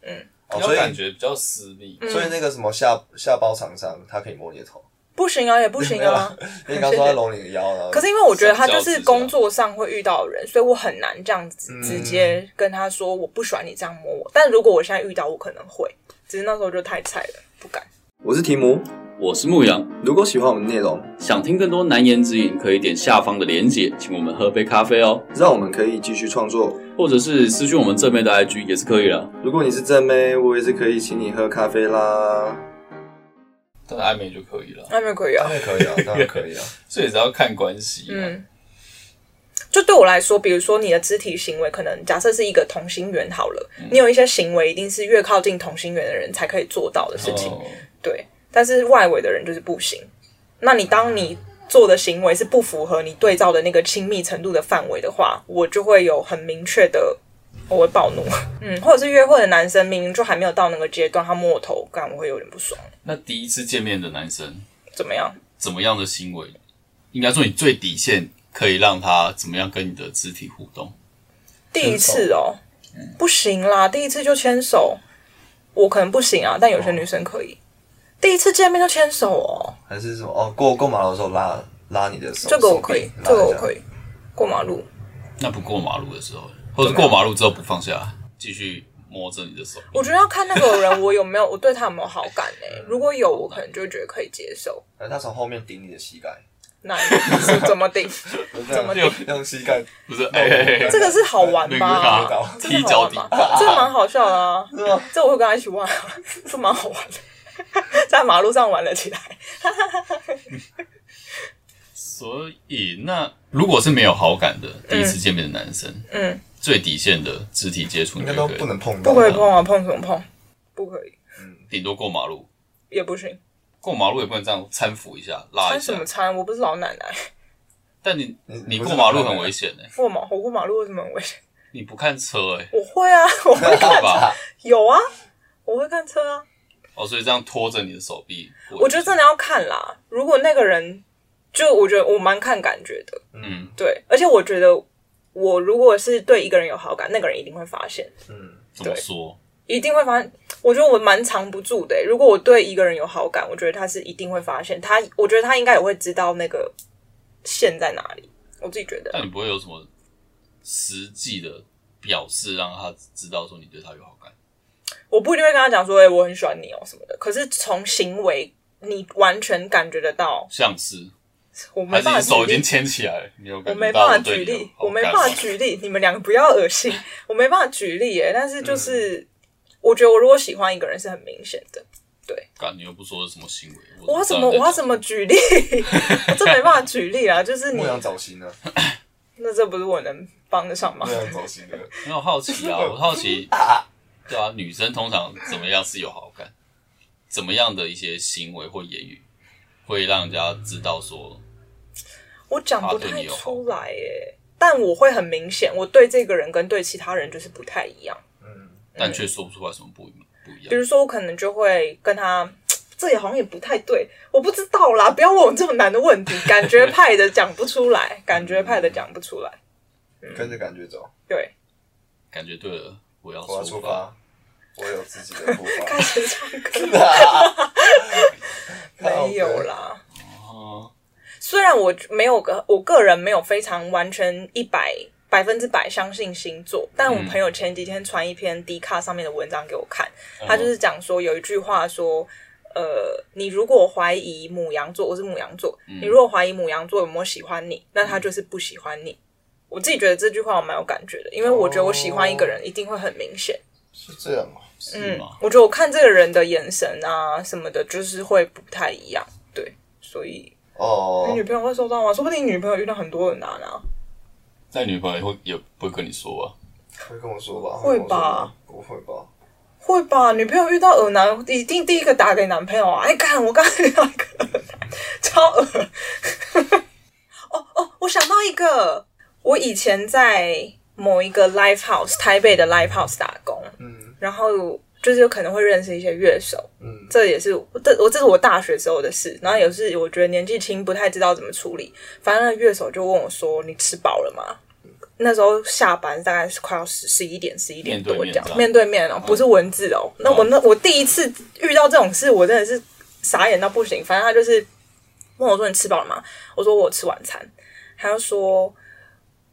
S3: 嗯，
S1: 比
S2: 哦，
S1: 较
S2: 所以
S1: 感觉比较私密。
S2: 所以那个什么下下包厂商，他可以摸你的
S3: [LAUGHS]
S2: 头，
S3: 不行啊，也不行
S2: 没有
S3: 啊
S2: 啊。因为刚刚说他搂你的腰，啊然后
S3: 可是因为我觉得他就是工作上会遇到的人，所以我很难这样子
S2: 嗯
S3: 直接跟他说我不喜欢你这样摸我。但如果我现在遇到，我可能会，只是那时候就太菜了，不敢。
S2: 我是提姆，
S1: 我是牧羊，
S2: 如果喜欢我们的内容，
S1: 想听更多难言之隐，可以点下方的连结，请我们喝杯咖啡哦，
S2: 让我们可以继续创作。
S1: 或者是私讯我们正妹的 IG 也是可以啦。
S2: 如果你是正妹，我也是可以请你喝咖啡啦。
S1: 但暧昧就可以了，
S3: 那边可以啊
S2: 当，然可 [LAUGHS] 以啊，当然可以啊。
S1: 所以只要看关系、嗯，
S3: 嗯。就对我来说，比如说你的肢体行为，可能假设是一个同心圆好了，
S2: 嗯
S3: 你有一些行为一定是越靠近同心圆的人才可以做到的事情，
S1: 哦
S3: 对。但是外围的人就是不行。那你当你做的行为是不符合你对照的那个亲密程度的范围的话，我就会有很明确的，我会暴怒。 [LAUGHS] 嗯，或者是约会的男生明明就还没有到那个阶段，他摸我头，干我会有点不爽。
S1: 那第一次见面的男生
S3: 怎么样？
S1: 怎么样的行为，应该说你最底线可以让他怎么样跟你的肢体互动？
S3: 第一次哦，不行啦，第一次就牵手，我可能不行啊，但有些女生可以。第一次见面就牵手哦，
S2: 还是什么？哦，过过马路的时候拉拉你的手，
S3: 这个我可以，这个我可
S2: 以。
S3: 以。过马路，
S1: 那不过马路的时候，或者过马路之后不放下来，继续摸着你的手。
S3: 我觉得要看那个人我有没有，我对他有没有好感呢、如果有，我可能就觉得可以接受。
S2: 哎他从后面顶你的膝盖，
S3: 那你是怎么
S1: [LAUGHS]
S3: 顶？
S2: 怎
S3: 么
S1: 顶
S2: 用膝盖？
S1: 不是，哎、哎哎
S3: 这个是好玩
S1: 那
S3: 吧？
S1: 个
S2: 吧
S1: 他
S3: 这个
S1: 踢
S3: 好
S1: 脚
S3: 玩
S1: 底
S3: 吧，这蛮好笑的啊！这我会跟他一起玩啊，这蛮好玩的， [LAUGHS] 在马路上玩了起来。
S1: 所以，那如果是没有好感的第一次见面的男生，
S3: 嗯，
S1: 最底线的肢体接触，
S2: 应
S1: 你
S2: 该
S1: 觉
S2: 都
S1: 得
S2: 不
S1: 可以？
S2: 能碰到。
S3: 不可以碰啊，碰什么碰？不可以，
S1: 顶多过马路，
S3: 也不行。
S1: 过马路也不能这样搀扶一下、拉
S3: 参
S1: 一
S3: 什
S1: 下
S3: 么。参？我不是老奶奶，
S1: 但你
S2: 你
S1: 你
S2: 不
S1: 过
S2: 是
S1: 马路
S2: 老奶
S1: 很
S2: 奶
S1: 危险呢、
S3: 过马我过马路为什么很危险？
S1: 你不看车哎、欸， [LAUGHS]
S3: 我会啊，我会
S1: 对吧？
S3: 有啊，我会看车啊。
S1: 哦，所以这样拖着你的手臂，
S3: 我觉得真的要看啦。如果那个人，就我觉得我蛮看感觉的，
S1: 嗯，
S3: 对。而且我觉得，我如果是对一个人有好感，那个人一定会发现，
S2: 嗯，
S1: 怎么
S3: 对
S1: 说？
S3: 一定会发现。我觉得我蛮藏不住的欸、如果我对一个人有好感，我觉得他是一定会发现。他，我觉得他应该也会知道那个线在哪里。我自己觉得，
S1: 但你不会有什么实际的表示让他知道说你对他有好感？
S3: 我不一定会跟他讲说，哎、我很喜欢你哦、什么的。可是从行为，你完全感觉得到，
S1: 像是
S3: 我
S1: 还
S3: 没
S1: 是
S3: 办
S1: 你
S3: 法
S1: 手已
S3: 举
S1: 经
S3: 例，
S1: 牵起来了，你有
S3: 我
S1: 感
S3: 没
S1: 觉到
S3: 办法
S1: 对
S3: 举
S1: 你有
S3: 例，
S1: 好
S3: 我没
S1: 感
S3: 办法
S1: 吗
S3: 举例，你们两个不要
S1: [LAUGHS]
S3: 恶心，我没办法举例耶。但是
S1: 嗯
S3: 就是，我觉得我如果喜欢一个人是很明显的，
S1: 干，你又不说是什么行为，
S3: 我要怎
S1: 嗯
S3: 么我要怎么？举例？ [LAUGHS] 我真没办法举例啊，就是你
S2: 牧羊走心呢？
S3: 那这不是我能帮得上忙
S2: 牧。羊走心呢？
S1: 没有好奇啊，我好
S3: [LAUGHS]
S1: 奇，对啊，女生通常怎么样是有好感？怎么样的一些行为或言语会让人家知道说，
S3: 我讲不
S1: 啊他对
S3: 太
S1: 你有好
S3: 出来耶，但我会很明显，我对这个人跟对其他人就是不太一样。
S2: 嗯，
S1: 但却说不出来什么不一不一
S3: 比
S1: 样？
S3: 如说，我可能就会跟他，这也好像也不太对，我不知道啦，不要问我这么难的问题，感
S1: [LAUGHS]
S3: 觉派的讲不出来，感觉派的讲不出来，
S2: 跟着感觉走，
S3: 对，
S1: 感觉对了，我要
S2: 我要
S1: 出
S2: 出发，我有自己的步伐
S3: 开。始唱
S2: 哦
S3: 歌 [LAUGHS] 没有啦。
S1: 啊，
S3: 虽然我没有个我个人没有非常完全一百百分之百相信星座，但我朋友前几天传一篇 D 卡上面的文章给我看，
S1: 嗯
S3: 他就是讲说有一句话说。呃，你如果怀疑母羊座，我是母羊座，你如果怀疑母羊座有没有喜欢你，那他就是不喜欢你。我自己觉得这句话我蛮有感觉的，因为我觉得我喜欢一个人一定会很明显。
S2: 是这样吗？
S1: 嗯是吗？
S3: 嗯我觉得我看这个人的眼神啊什么的，就是会不太一样。对，所以你
S2: 哦
S3: 啊女，朋友会收到吗？说不定你女朋友遇到很多人拿呢、
S1: 但女朋友也会也不会跟你说啊吧？
S2: 会跟我说吧？
S3: 会
S2: 跟我说
S3: 吧？
S2: 不会吧？
S3: 会吧？女朋友遇到恶男，一定第一个打给男朋友啊！哎，干，我刚才遇到一个 [LAUGHS] 恶男超恶。哦哦，我想到一个，我以前在某一个 live house，台北的 live house 打工，
S2: 嗯
S3: 然后就是有可能会认识一些乐手，
S2: 嗯
S3: 这也是我这我这是我大学时候的事，然后也是我觉得年纪轻不太知道怎么处理，反正那乐手就问我说：“你吃饱了吗？”那时候下班大概是快要十十一点十一点多这样，面
S1: 面
S3: 对面哦，不是文字哦。那我那我第一次遇到这种事，我真的是傻眼到不行。反正他就是问我说：“你吃饱了吗？”我说：“我吃晚餐。”他就说：“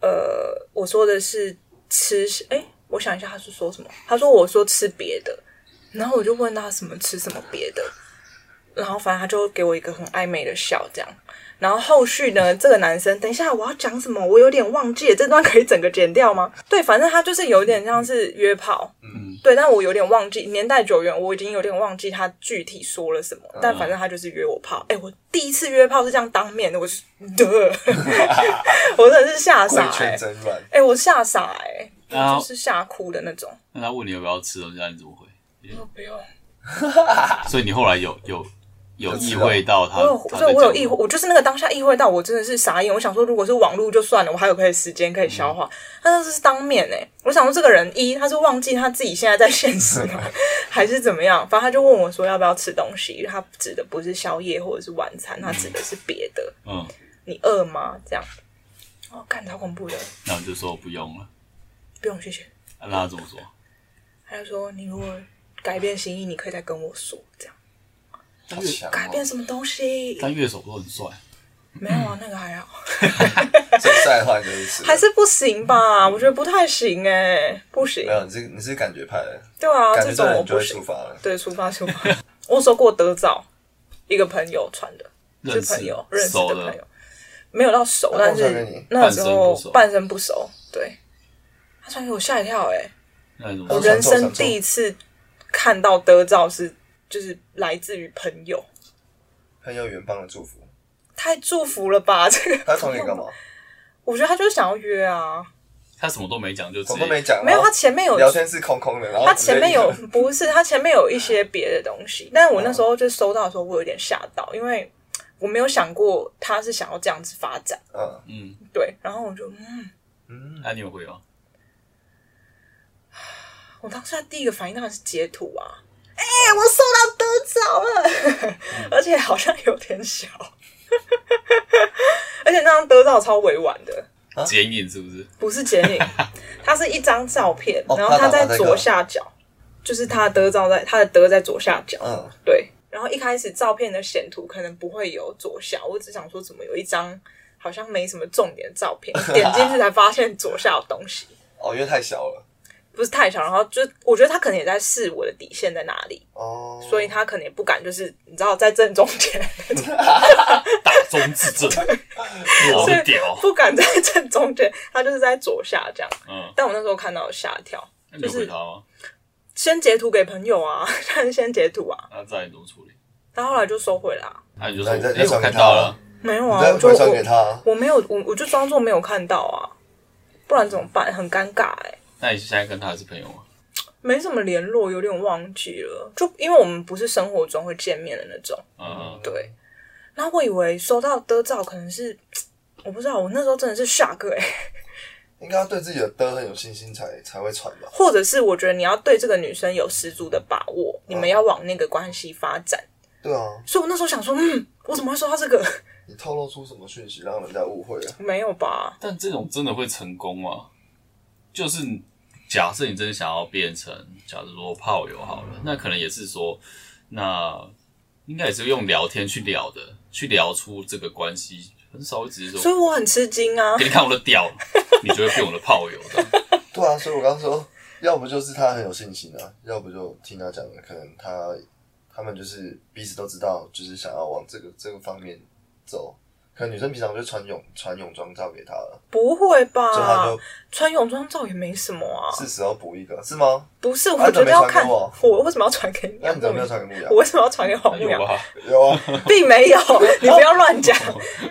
S3: 呃，我说的是吃，哎，我想一下，他是说什么？他说我说吃别的，然后我就问他什么吃什么别的，然后反正他就给我一个很暧昧的笑这样。然后后续呢，这个男生，等一下我要讲什么，我有点忘记了，这段可以整个剪掉吗？对，反正他就是有点像是约炮，
S2: 嗯，
S3: 对，但我有点忘记，年代久远，我已经有点忘记他具体说了什么，
S2: 嗯
S3: 但反正他就是约我炮。哎，我第一次约炮是这样当面的，我是 [LAUGHS] 的，我真的是吓
S2: 贵
S3: 傻、欸
S2: 圈，真乱，
S3: 哎、我吓傻哎、
S1: 然
S3: 就
S1: 后
S3: 是吓哭的那种。
S1: 那他问你要不要吃东西，那你怎么回？
S3: 我不用，
S1: 所以你后来有有有
S2: 知
S1: 意
S2: 道
S1: 会到他
S3: 我有，，
S1: 他在
S3: 对我有
S1: 讲
S3: 意
S1: 什
S3: 会，
S1: 么
S3: 我就是那个当下意会到，我真的是傻眼。我想说，如果是网络就算了，我还有可以时间可以消化，但是是当面哎、我想说这个人一他是忘记他自己现在在现实 [LAUGHS] 吗，还是怎么样？反正他就问我说要不要吃东西，他指的不是宵夜或者是晚餐，他指的是别的。
S1: 嗯，
S3: 你饿吗？这样，哦，干超恐怖的，
S1: 然后你就说不用了，
S3: 不用谢谢。
S1: 啊那他怎么说？
S3: 他就说你如果改变心意，你可以再跟我说这样。
S2: 好强
S3: 改变
S2: 哦！
S3: 什么东西？
S1: 但乐手都很帅，
S3: 没有啊，那个还好，
S2: [LAUGHS] 最晒的话你就是吃了，
S3: 还是不行吧？我觉得不太行哎、不行
S2: 嗯没。有？你是你是感觉派的，
S3: 对啊，
S2: 感
S3: 这
S2: 觉这
S3: 种我
S2: 人就
S3: 不
S2: 会出
S3: 行。
S2: 发了。
S3: 对，出发出发。 [LAUGHS] 我收过德照，一个朋友传的，
S1: 认
S3: 是
S1: 识
S3: 朋友认识
S1: 熟
S3: 的
S1: 的
S3: 朋友，没有到熟，但
S2: 我传给你
S3: 是那时候
S1: 半生不熟
S3: 半生不熟。对，他传给我吓一跳哎、
S1: 那你怎么
S3: 我
S2: 认
S1: 说？
S3: 人生第一次看到德照是就是来自于朋友，
S2: 很有远方的祝福。
S3: 太祝福了吧？这个
S2: 他传给你干嘛？哦
S3: 我觉得他就是想要约啊，
S1: 他什么都没讲就直
S2: 什么都
S1: 接
S2: 没讲，
S3: 没
S2: 然
S3: 有
S2: 后
S3: 他前面有
S2: 聊天是空空的，然后
S3: 他前面有
S2: 直接
S3: 不是，他前面有一些别的东西，但
S2: 哦
S3: 我那时候就收到的时候，我有点吓到，因为我没有想过他是想要这样子发展，
S2: 嗯
S1: 嗯，
S3: 对，然后我就嗯，
S2: 嗯，
S1: 那你有回吗？
S3: 我当时第一个反应当然是截图啊，哎、我收到得着了， [LAUGHS] 而且好像有点小， [LAUGHS] 而且那张得照超委婉的，
S2: 啊
S1: 剪影是不是？
S3: 不是剪
S2: [LAUGHS]
S3: 影，它是一张照片，
S2: 哦
S3: 然后
S2: 他
S3: 它
S2: 打
S3: 在
S2: 他那个
S3: 左下角，就是他的得照在他的得在左下角，
S2: 嗯，
S3: 对，然后一开始照片的显图可能不会有左下，我只想说怎么有一张好像没什么重点的照片，点进去才发现左下有东西，
S2: 哦，因为太小了，
S3: 不是太小，然后就我觉得他可能也在试我的底线在哪里，
S2: 哦，
S3: 所以他可能也不敢就是你知道在正中间， [LAUGHS]
S1: 大中至正，我的屌，
S3: 不敢在正中间，他就是在左下这样。
S1: 嗯，
S3: 但我那时候看到有吓一跳，
S1: 那你有回他吗？
S3: 先截图给朋友啊， [LAUGHS] 但是先截图啊，
S1: 那再怎么处理？
S3: 他后来就收回了啊、
S1: 那你就说，
S2: 那你再
S1: 哎，
S2: 再
S1: 我
S2: 传给
S1: 看
S2: 他
S1: 到了，
S3: 没有
S2: 你
S3: 啊，
S2: 再
S3: 我就
S2: 回传给
S3: 我
S2: 他啊，
S3: 我没有我我就装作没有看到啊，不然怎么办？很尴尬哎、
S1: 那你现在跟他还是朋友吗？
S3: 没什么联络，有点忘记了。就因为我们不是生活中会见面的那种，
S1: 嗯，
S3: 对。然后我以为收到的照可能是，我不知道，我那时候真的是 shock 哎、
S2: 应该要对自己的的很有信心才才会传吧。
S3: 或者是我觉得你要对这个女生有十足的把握，你们要往那个关系发展。
S2: 对啊，
S3: 所以我那时候想说，嗯，我怎么会收到这个？
S2: 你透露出什么讯息让人家误会了？啊
S3: 没有吧？
S1: 但这种真的会成功吗？就是假设你真的想要变成，假如说炮友好了，那可能也是说，那应该也是用聊天去聊的，去聊出这个关系，很少会直接
S3: 所
S1: 说
S3: 以我很吃惊啊
S1: 给！你看我的屌，你就会变我的炮友
S3: [LAUGHS]
S1: 的。
S2: 对啊，所以我刚说，要不就是他很有信心啊，要不就听他讲的，可能他他们就是彼此都知道，就是想要往这个这个方面走。可能女生平常就穿泳穿泳装照给他了，
S3: 不会
S2: 所以他
S3: 吧
S2: 就？
S3: 穿泳装照也没什么啊。
S2: 是时候补一个，是吗？
S3: 不是，
S2: 啊
S3: 我觉得要看
S2: 你怎么没传给
S3: 我为什么要传给你
S2: 那
S3: 啊？
S2: 你怎么没有传给木雅
S3: 我？为什么要传给黄木
S1: 有
S3: 瑶？
S1: 吧？
S2: 有啊， [LAUGHS]
S3: 并没有，你不要乱讲，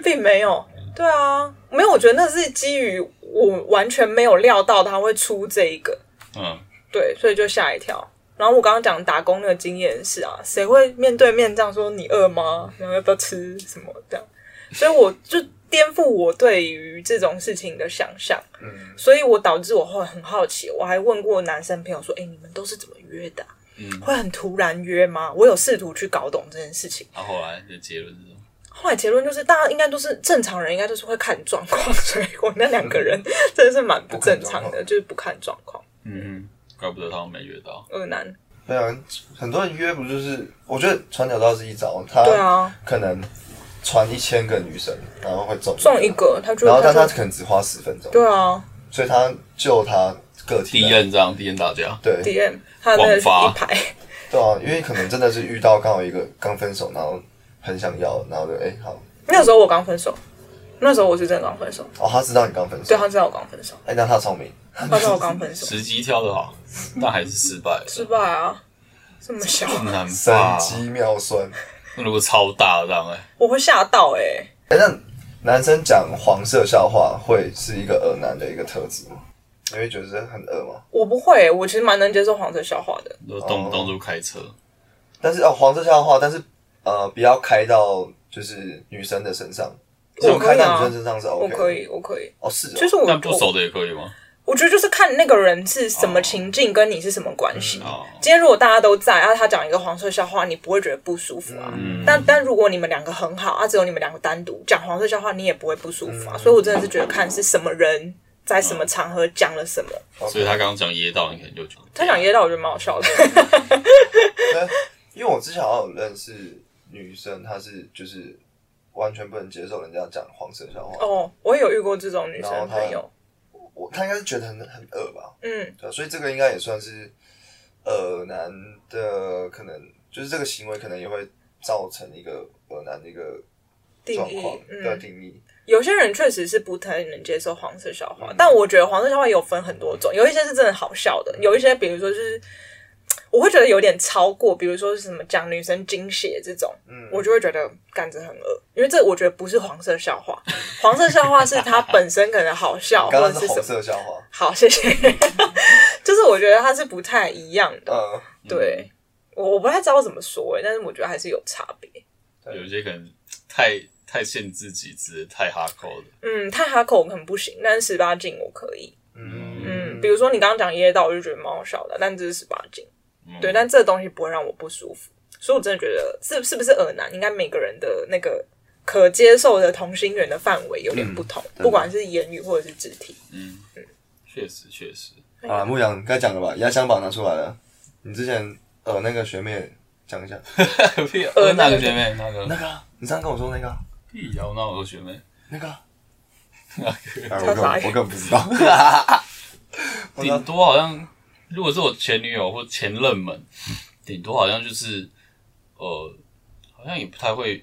S3: 并没有。对啊，没有，我觉得那是基于我完全没有料到他会出这一个，
S1: 嗯，
S3: 对，所以就吓一跳。然后我刚刚讲打工那个经验是啊，谁会面对面这样说你饿吗？然后要不要吃什么这样？所以我就颠覆我对于这种事情的想象，
S2: 嗯，
S3: 所以我导致我后来很好奇，我还问过男生朋友说：“哎、你们都是怎么约的啊、
S1: 嗯
S3: 会很突然约吗？”我有试图去搞懂这件事情。
S1: 然后后来的结论是什么？
S3: 后来结论就是，大家应该都是正常人，应该都是会看状况，所以我那两个人真的是蛮不正
S2: 不看
S3: 常
S2: 状
S3: 的，
S2: 况
S3: 就是不看状况，
S1: 嗯，怪不得他们没约到。
S3: 恶男。
S2: 对啊，很多人约不就是？我觉得传屌照是一招，他
S3: 对啊，
S2: 可能传一千个女生，然后会中
S3: 中一，个他就
S2: 然后但他
S3: 他就
S2: 可能只花十分钟，
S3: 对啊
S2: 所以他就他个体
S1: 第一
S2: 来
S1: 任这样，第一任打架，
S2: 对
S3: ，D M 他那个是
S1: 广发
S3: 一排，
S2: 对啊，因为可能真的是遇到刚好一个刚分手，然后很想要，然后就哎、好，
S3: 那时候我刚分手，那时候我是真的刚分手，
S2: 哦他知道你刚分手
S3: 对，啊他知道我刚
S1: [LAUGHS]
S3: 分手，
S2: 哎、那他聪明，
S3: 他知道我刚分手，
S1: 时机挑得好，但还是失败了。
S3: 失败啊，这么小，
S1: 难
S2: 神
S1: 吧？
S2: 机妙算。
S1: 那如果超大这样哎、
S3: 我会吓到哎、
S2: 哎、那男生讲黄色笑话会是一个恶男的一个特质吗？你会觉得很恶吗？
S3: 我不会、我其实蛮能接受黄色笑话的，
S1: 如果动不动就开车，
S2: 但是哦，黄色笑话，但是呃，不要开到就是女生的身上，如
S3: 我可以啊
S2: 果开到女生身上是 OK，
S3: 我可以，我可以，
S2: 哦，是
S3: 就
S2: 哦，
S3: 是我
S1: 啊但不
S3: 我
S1: 熟的也可以吗？
S3: 我觉得就是看那个人是什么情境，跟你是什么关系。
S1: 哦，
S3: 今天如果大家都在，啊，他讲一个黄色笑话，你不会觉得不舒服啊。
S1: 嗯，
S3: 但但如果你们两个很好，啊，只有你们两个单独讲黄色笑话，你也不会不舒
S2: 嗯
S3: 服啊。所以我真的是觉得看是什么人在什么场合讲了什么。
S2: 嗯
S1: 所以他刚刚讲噎到，你可能就觉得
S3: 他讲噎到，我觉得蛮好
S2: [LAUGHS]
S3: 笑的。
S2: 对因为我之前好像有认识女生，她是就是完全不能接受人家讲黄色笑话，
S3: 哦，我也有遇过这种女
S2: 然
S3: 生
S2: 后他
S3: 朋友。
S2: 我她应该是觉得很很恶吧，
S3: 嗯，
S2: 对啊，所以这个应该也算是呃男的可能就是这个行为可能也会造成一个呃男的一个
S3: 定
S2: 状
S3: 义
S2: 况的
S3: 嗯，
S2: 定义。
S3: 有些人确实是不太能接受黄色笑话，
S2: 嗯
S3: 但我觉得黄色笑话也有分很多种，有一些是真的好笑
S2: 嗯
S3: 的，有一些比如说就是。我会觉得有点超过，比如说是什么讲女生精血这种，
S2: 嗯
S3: 我就会觉得干着很恶，因为这我觉得不是黄色笑话，黄色笑话是它本身可能好笑
S2: [LAUGHS] 刚
S3: 或
S2: 刚是
S3: 者是什
S2: 红
S3: 么。
S2: 色笑话，
S3: 好，谢谢。 [LAUGHS] 就是我觉得它是不太一样的，
S2: 嗯，
S3: 对我我不太知道怎么说哎、但是我觉得还是有差别。
S1: 有一些可能太太限制己制，太哈扣的，
S3: 嗯，太哈口我可能不行，但是十八禁我可以。嗯，
S2: 嗯
S3: 比如说你刚刚讲噎到，我就觉得蛮好笑的，但这是十八禁，
S1: 嗯
S3: 对，但这东西不会让我不舒服，所以我真的觉得是是不是耳男，应该每个人的那个呃可接受的同心圆的范围有点不同，
S2: 的
S3: 不管是言语或者是肢体。
S1: 嗯，确实确
S3: [LAUGHS]
S1: 实，
S2: 啊，牧羊该讲了吧？压箱宝拿出来了，你之前呃那个学妹讲一下，
S1: 屁啊，
S3: 呃
S1: 那
S3: 那
S1: 个
S3: 个
S1: 学妹那
S2: 那
S1: 个
S2: 个啊你上次跟我说那个啊
S1: 屁啊，那我的学妹，
S2: 那 [LAUGHS] 个啊，
S1: 那个
S2: 哎我根
S3: 超傻
S2: 本
S3: 眼
S2: 我根本不知道， [LAUGHS] 我知道
S1: 顶多好像，如果是我前女友或前任们，顶多好像就是，呃，好像也不太会，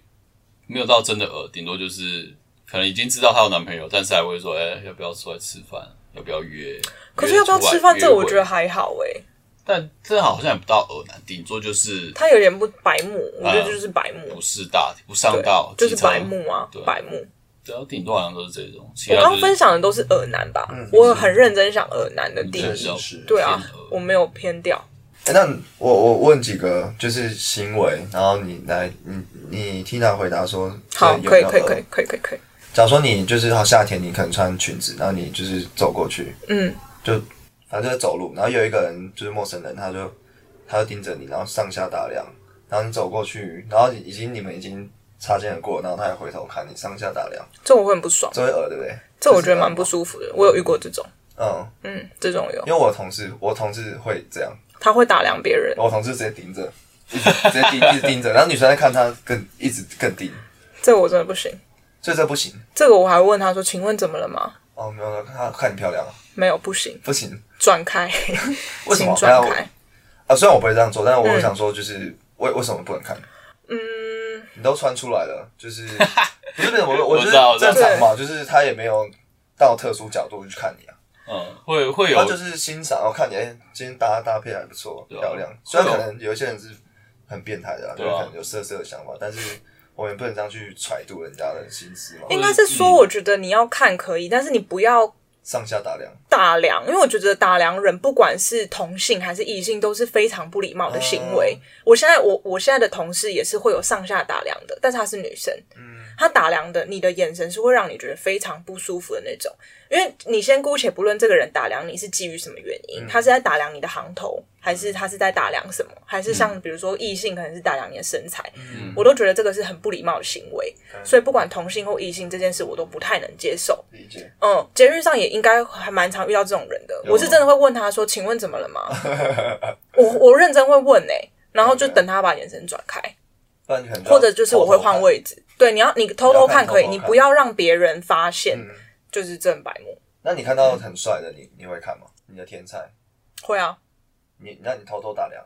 S1: 没有到真的呃，顶多就是可能已经知道她有男朋友，但是还会说，哎、要不要出来吃饭？要不要约？
S3: 可是
S1: 约
S3: 要不要
S1: 出来
S3: 吃饭，这我
S1: 约会
S3: 觉得，还好哎、
S1: 但这好像也不到耳难，顶多就是
S3: 他有点不白目，我觉
S1: 啊
S3: 得就是白目
S1: 不，是大不上
S3: 对
S1: 道，，
S3: 就是
S1: 机车
S3: 白，目啊
S1: 对，
S3: 白目。
S1: 对啊，顶多好像都是这种，其
S3: 我
S1: 他
S3: 刚
S1: 就是
S3: 分享的都是耳男吧，
S2: 嗯
S3: 我很认真想耳男的
S1: 对
S3: 定
S2: 确
S3: 义，
S2: 实是。
S3: 对啊
S1: 偏耳，
S3: 我没有偏掉。
S2: 哎那我我问几个就是行为，然后你来你你听他回答说，
S3: 好，
S2: 这
S3: 可以，
S2: 有没有
S3: 可以，可
S2: 恶
S3: 以，可以，可以，可以。
S2: 假如说你就是好夏天，你可能穿裙子，然后你就是走过去，
S3: 嗯，
S2: 就反正就在走路，然后有一个人就是陌生人，他就他就盯着你，然后上下打量，然后你走过去，然后已经你们已经擦肩而过，然后他也回头看你上下打量，
S3: 这我会很不爽，
S2: 这会恶对不对？
S3: 这我觉得蛮不舒服的。我有遇过这种，
S2: 嗯，
S3: 嗯，这种有，
S2: 因为我同事，我同事会这样，
S3: 他会打量别人，
S2: 我同事直接盯着，一直直接盯，一直盯着，然后女生在看他更一直更盯，
S3: 这我真的不行。
S2: 所以这不行。
S3: 这个我还问他说：“请问怎么了吗
S2: 哦，没有，他看你漂亮，？”
S3: 没有，不行，
S2: 不行。
S3: 转开，
S2: 为什
S3: 请
S2: 么？
S3: 转
S2: 等一下
S3: 开。
S2: 啊，虽然我不会这样做，但是我想说，就是为、为什么不能看？
S3: 嗯，
S2: 你都穿出来了，就是
S3: [LAUGHS]
S2: 不是不是我
S1: 我
S2: 我觉
S1: 知道我
S2: 得
S1: 知道
S2: 正常嘛，就是他也没有到特殊角度去看你啊，
S1: 嗯，会会有
S2: 他就是欣赏，然后看你，哎、今天搭搭配还不错，
S1: 对啊
S2: 漂亮。虽然可能有一些人是很变态的、啊，就
S1: 对啊
S2: 是可能有色色的想法，但是我们也不能这样去揣度人家的心思嘛。
S3: 应该是说，我觉得你要看可以，但是你不要
S2: 上下打量。
S3: 打量，因为我觉得打量人，不管是同性还是异性，都是非常不礼貌的行为。
S2: 哦
S3: 我现在我我现在的同事也是会有上下打量的，但是她是女生，
S2: 嗯，
S3: 她打量的你的眼神是会让你觉得非常不舒服的那种。因为你先姑且不论这个人打量你是基于什么原因，
S2: 嗯
S3: 他是在打量你的行头，还是他是在打量什么，还是像比如说异性可能是打量你的身材，
S2: 嗯
S3: 我都觉得这个是很不礼貌的行为。
S2: 嗯
S3: 所以不管同性或异性这件事，我都不太能接受。
S2: 理解。
S3: 嗯，捷运上也应该还蛮常遇到这种人的。
S2: 有
S3: 我是真的会问他说：“请问怎么了吗？”我我认真会问哎、然后就
S2: OK
S3: 等他把眼神转开，
S2: 不然你可能就要
S3: 或者就是我会换位置。对，你要你偷偷看可以，
S2: 你要看偷偷看
S3: 你不要让别人发现
S2: 偷偷看。，嗯，
S3: 就是正白目。
S2: 那你看到很帅的，你你会看吗？你的天菜，
S3: 会啊，
S2: 你那你偷偷打量，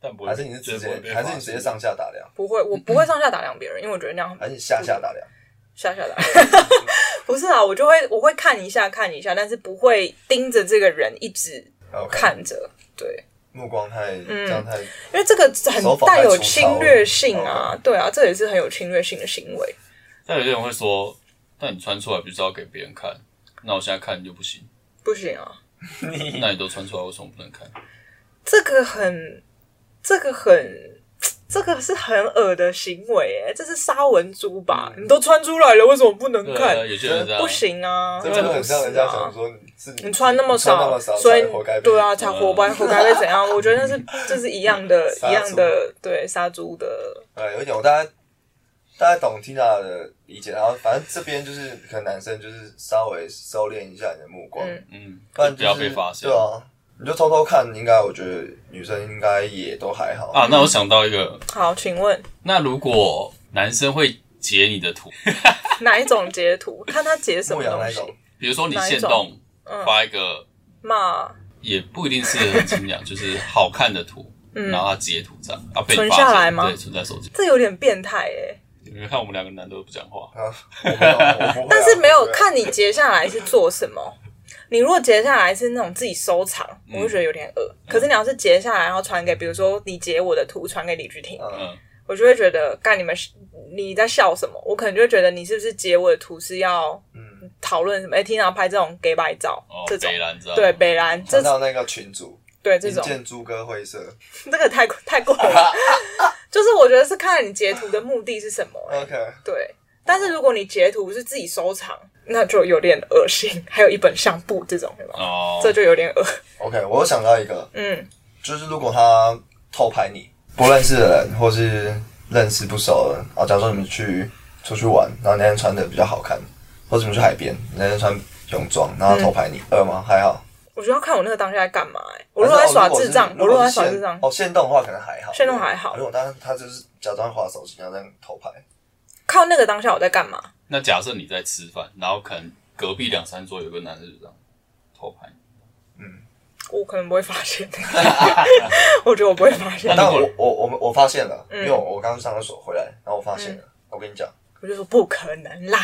S1: 但不会，
S2: 还是你是直
S1: 绝对不会
S2: 接，
S1: 被
S2: 还
S1: 发
S2: 是
S1: 现
S2: 你直接，上下打量，
S3: 不会，
S2: [LAUGHS]
S3: 我不会上下打量别人，因为我觉得那样
S2: 还是你下下打量？
S3: 下下打量。
S2: [LAUGHS]
S3: 不是啊，我就会我会看一下看一下，但是不会盯着这个人一直
S2: OK，
S3: 看着。对，
S2: 目光太这样太
S3: 因为这个很带有侵略性
S2: 手法太粗糙
S3: 啊
S2: 了，
S3: 对啊，这也是很有侵略性的行为。
S1: 但有些人会说，但你穿出来不是要给别人看，那我现在看你就不行，
S3: 不行啊，
S2: 嗯
S1: 那你都穿出来为什么不能看？
S3: 这个很，这个很，这个是很恶的行为，哎，这是沙文猪吧？
S2: 嗯
S3: 你都穿出来了，为什么不能
S1: 对
S3: 看
S1: 啊，？有些人这样，
S3: 不行啊，
S2: 这就
S3: 不
S2: 很
S3: 是
S2: 像人家
S3: 啊
S2: 讲。说你是你
S3: 你穿那么
S2: 少，
S3: 少，
S2: 少
S3: 所以
S2: 才活该被
S3: 对啊，才活该
S1: 嗯
S3: 活该被怎样？我觉得那是这是一样的，
S2: [LAUGHS] 杀猪
S3: 一样的，对杀猪的，
S2: 呃，有一点我大概大概懂 Tina 的理解，然后反正这边就是可能男生就是稍微收敛一下你的目光，
S3: 嗯
S1: 嗯，
S2: 不然、就是、
S1: 不要被发现
S2: 对啊，你就偷偷看，应该我觉得女生应该也都还好。
S1: 啊。那我想到一个，
S3: 好，请问
S1: 那如果男生会截你的图，
S3: 哪一种截图？看他截什
S2: 牧
S3: 么
S2: 羊那
S3: 东
S2: 一种
S3: 西？，
S1: 比如说你
S3: 哪一
S1: 现
S3: 种
S1: 动
S3: 嗯
S1: 发一个，
S3: 骂
S1: 也不一定是很精良， [LAUGHS] 就是好看的图，
S3: 嗯
S1: 然后他截图这样啊，被你
S3: 存
S1: 发
S3: 下
S1: 现
S3: 来吗
S1: 对，存在手机。
S3: 这有点变态哎，
S1: 你们看我们两个男的都不讲话，
S2: 啊，我不懂我不会啊
S3: 但是没有
S2: 对啊
S3: 看你截下来是做什么。你如果截下来是那种自己收藏，
S2: 嗯
S3: 我会觉得有点恶。可是你要是截下来，然后传给，比如说你截我的图传给李居婷，
S2: 嗯，
S1: 嗯，
S3: 我就会觉得干你们是你在笑什么？我可能就会觉得你是不是截我的图是要
S2: 嗯
S3: 讨论什么？哎、听到拍这种 gay 白照、
S1: 哦，
S3: 这种
S1: 北，兰这样，
S3: 对，北兰这
S2: 看到那个群主，
S3: 对这
S2: 听
S3: 种，
S2: 见猪哥灰色
S3: 这个太太过了
S2: [LAUGHS]
S3: 吧。就是我觉得是看你截图的目的是
S2: [LAUGHS]
S3: 什么、哎
S2: ，OK，
S3: 对，但是如果你截图是自己收藏，那就有点恶心。还有一本相簿这种，有没有
S1: 哦，
S3: 这就有点恶。
S2: OK，我又想到一个，
S3: 嗯，
S2: 就是如果他偷拍你，不认识的人或是认识不熟的人，啊，假如说你们去出去玩，然后那天穿的比较好看，或者你们去海边，你那天穿泳装，然后他偷拍你，饿、吗？还好。
S3: 我觉得要看我那个当下在干嘛、哎，嗯我如果在耍智障，
S2: 反正
S3: 我
S2: 哦
S3: 如
S2: 如
S3: 果
S2: 果
S3: 在
S2: 是
S3: 耍
S2: 限
S3: 智障，
S2: 哦，限动的话可能还好，
S3: 限动还好
S2: 如果他他就是假装滑手机，然后这样偷拍，
S3: 靠那个当下我在干嘛？
S1: 那假设你在吃饭，然后可能隔壁两三桌有个男的就这样偷拍，
S3: 我可能不会发 [LAUGHS] 现，我觉得我不会发现
S1: 那。
S2: 啊但
S1: 如果
S2: 我我我们我发现了，
S3: 嗯
S2: 因为我我刚刚上厕所回来，然后我发现了，我跟你讲，
S3: 我就说不可能啦，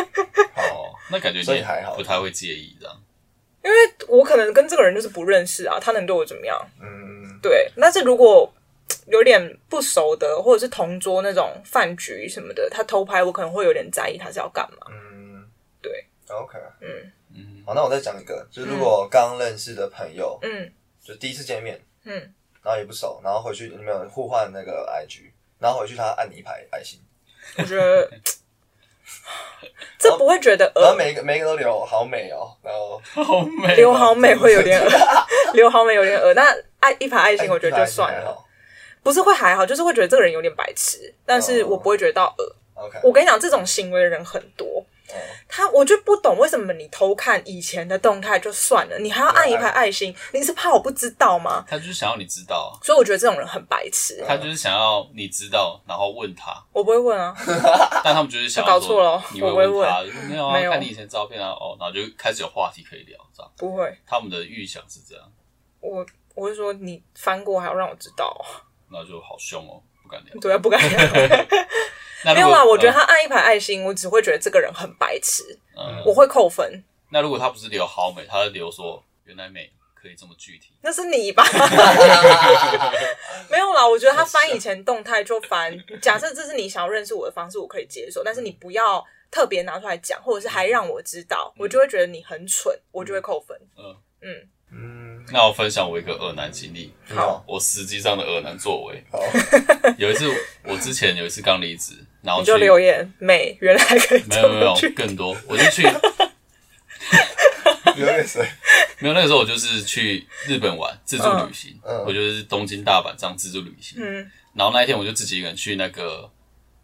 S3: [LAUGHS]
S1: 哦，那感觉
S2: 所
S1: 你
S2: 以还好
S1: 不太会介意这样。
S3: 因为我可能跟这个人就是不认识啊，他能对我怎么样？
S2: 嗯，
S3: 对，但是如果有点不熟的，或者是同桌那种饭局什么的，他偷拍我可能会有点在意他是要干嘛。
S2: 嗯，
S3: 对
S2: ，OK，
S3: 嗯
S1: 嗯，
S2: 好，那我再讲一个，就是如果刚认识的朋友，
S3: 嗯
S2: 就第一次见面，
S3: 嗯，
S2: 然后也不熟，然后回去你们有互换那个 IG，然后回去他按你一排爱心，
S3: 我觉得这不会觉得呃
S2: 然后
S3: 恶，
S2: 每一个每一个都留好美哦，然后
S1: 好美哦，
S3: 刘 [LAUGHS] 好美啊会有点恶，刘好美有点恶，呃那爱一排爱心我觉得
S2: 按一排
S3: 就
S2: 爱
S3: 算
S2: 心还
S3: 了，
S2: 好
S3: 不是会还好，就是会觉得这个人有点白痴，但是
S2: 哦
S3: 我不会觉得到恶。
S2: ，OK，
S3: 我跟你讲，这种行为的人很多。
S2: 嗯
S3: 他，我就不懂为什么你偷看以前的动态就算了，你还要按一
S2: 啊
S3: 排爱心，你是怕我不知道吗？
S1: 他就是想要你知道啊，
S3: 所以我觉得这种人很白痴，
S1: 他就是想要你知道，然后问他，
S3: 我不会问啊。
S1: 但他们就是想
S3: 搞
S1: 要
S3: 错了哦
S1: 说你会问他，没有啊
S3: 没，有
S1: 看你以前照片啊，哦，然后就开始有话题可以聊，这样。
S3: 不会，
S1: 他们的预想是这样，
S3: 我我是说你翻过还要让我知道哦，
S1: 然后就好凶哦，不敢聊。
S3: 对啊，
S2: [LAUGHS]
S3: 不敢。
S1: 那
S3: [LAUGHS] 没
S1: 如
S3: 有
S1: 果嗯
S3: 啦，我觉得他按一排爱心，我只会觉得这个人很白痴，
S1: 嗯，
S3: 我
S1: 嗯
S3: 会扣分。
S1: 那如果他不是留好美，他是留说原来美可以这么具体，
S3: 那是
S1: [LAUGHS]
S3: 你吧？没有啦，我觉得
S1: 啊
S3: 他翻以前动态就翻。假设这是你想要认识我的方式，我可以接受，但是你不要特别拿出来讲，或者是还让我知道，我就会觉得你很蠢，我就会扣分。
S1: 嗯
S3: 嗯， [LAUGHS]
S2: 嗯，
S1: 那我分享我一个恶男经历，
S2: 很好，
S1: 我实际上的恶男作
S3: [LAUGHS]
S1: 为。
S2: 好，
S1: 有一次，我之前有一次刚离职，然后
S3: 你
S1: 去
S3: 就留言妹，原来可以
S1: 哦 [LAUGHS] 没
S3: 这
S1: 有没有
S3: 么
S1: 没有
S3: [LAUGHS] 去，
S1: 更多，我就去
S2: 流眼水，
S1: 没有那个时候我就是去日本玩自助旅行，
S2: 嗯嗯
S1: 我就是东京大阪这样自助旅行。
S3: 嗯
S1: 然后那一天我就自己一个人去那个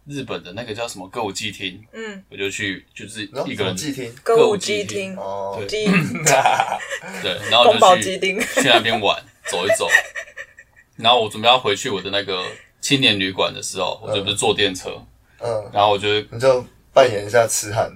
S1: 日本的那个叫什么歌舞伎厅，
S3: 嗯，
S1: 我就去就是
S2: 然后
S1: 一个人
S2: 季听
S3: 歌舞
S1: 舞伎
S3: 伎
S1: 町
S3: 町，
S2: 哦，
S3: 鸡
S1: 对，然后
S3: 宫
S1: 我
S3: 保
S1: 就
S3: 鸡
S1: 去
S3: 丁，
S1: 去那边玩走一走。然后我准备要回去我的那个青年旅馆的时候，我就不是坐电车，
S2: 嗯，
S1: 然后我就是
S2: 你就扮演一下痴汉，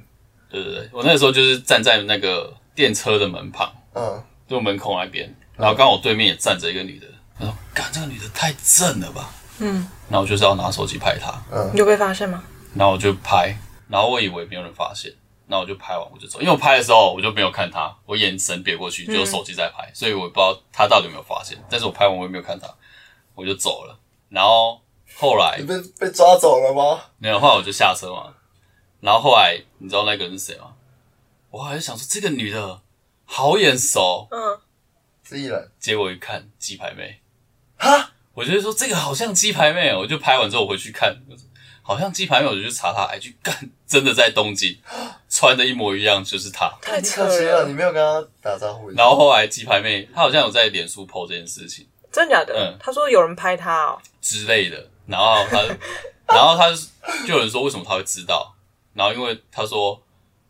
S1: 对对对，我那时候就是站在那个电车的门旁，
S2: 嗯，
S1: 就门口那边，然后刚好我对面也站着一个女的，我说：“干，这个女的太正了吧！”
S3: 嗯，
S1: 然后我就是要拿手机拍她，
S3: 你有被发现吗？
S1: 然后我就拍，然后我以为没有人发现，然后我就拍完我就走，因为我拍的时哦候我就没有看她，我眼神别过去，只有手机在拍，所以我也不知道她到底有没有发现，但是我拍完我也没有看她，我就走了。然后后来
S2: 你被被抓走了吗？
S1: 没有，后来我就下车嘛。然后后来你知道那个人是谁吗？我还想说这个女的好眼熟， [LAUGHS]
S3: 嗯，
S2: 是艺人，
S1: 结果一看鸡排妹，
S2: 哈，
S1: 我就说这个好像鸡排妹哦，我就拍完之后我回去看，好像鸡排妹，我就去查她 IG，干，真的在东京穿的一模一样，就是她。
S3: 太
S2: 你
S3: 扯
S2: 可惜了，
S3: 了
S2: 你，没有跟他打招呼，
S1: 然后后来鸡排妹她好像有在脸书 PO 这件事情
S3: 真假的
S1: 嗯？
S3: 他说有人拍他哦，
S1: 之类的，然后她，然后她就就有人说为什么她会知道，然后因为她说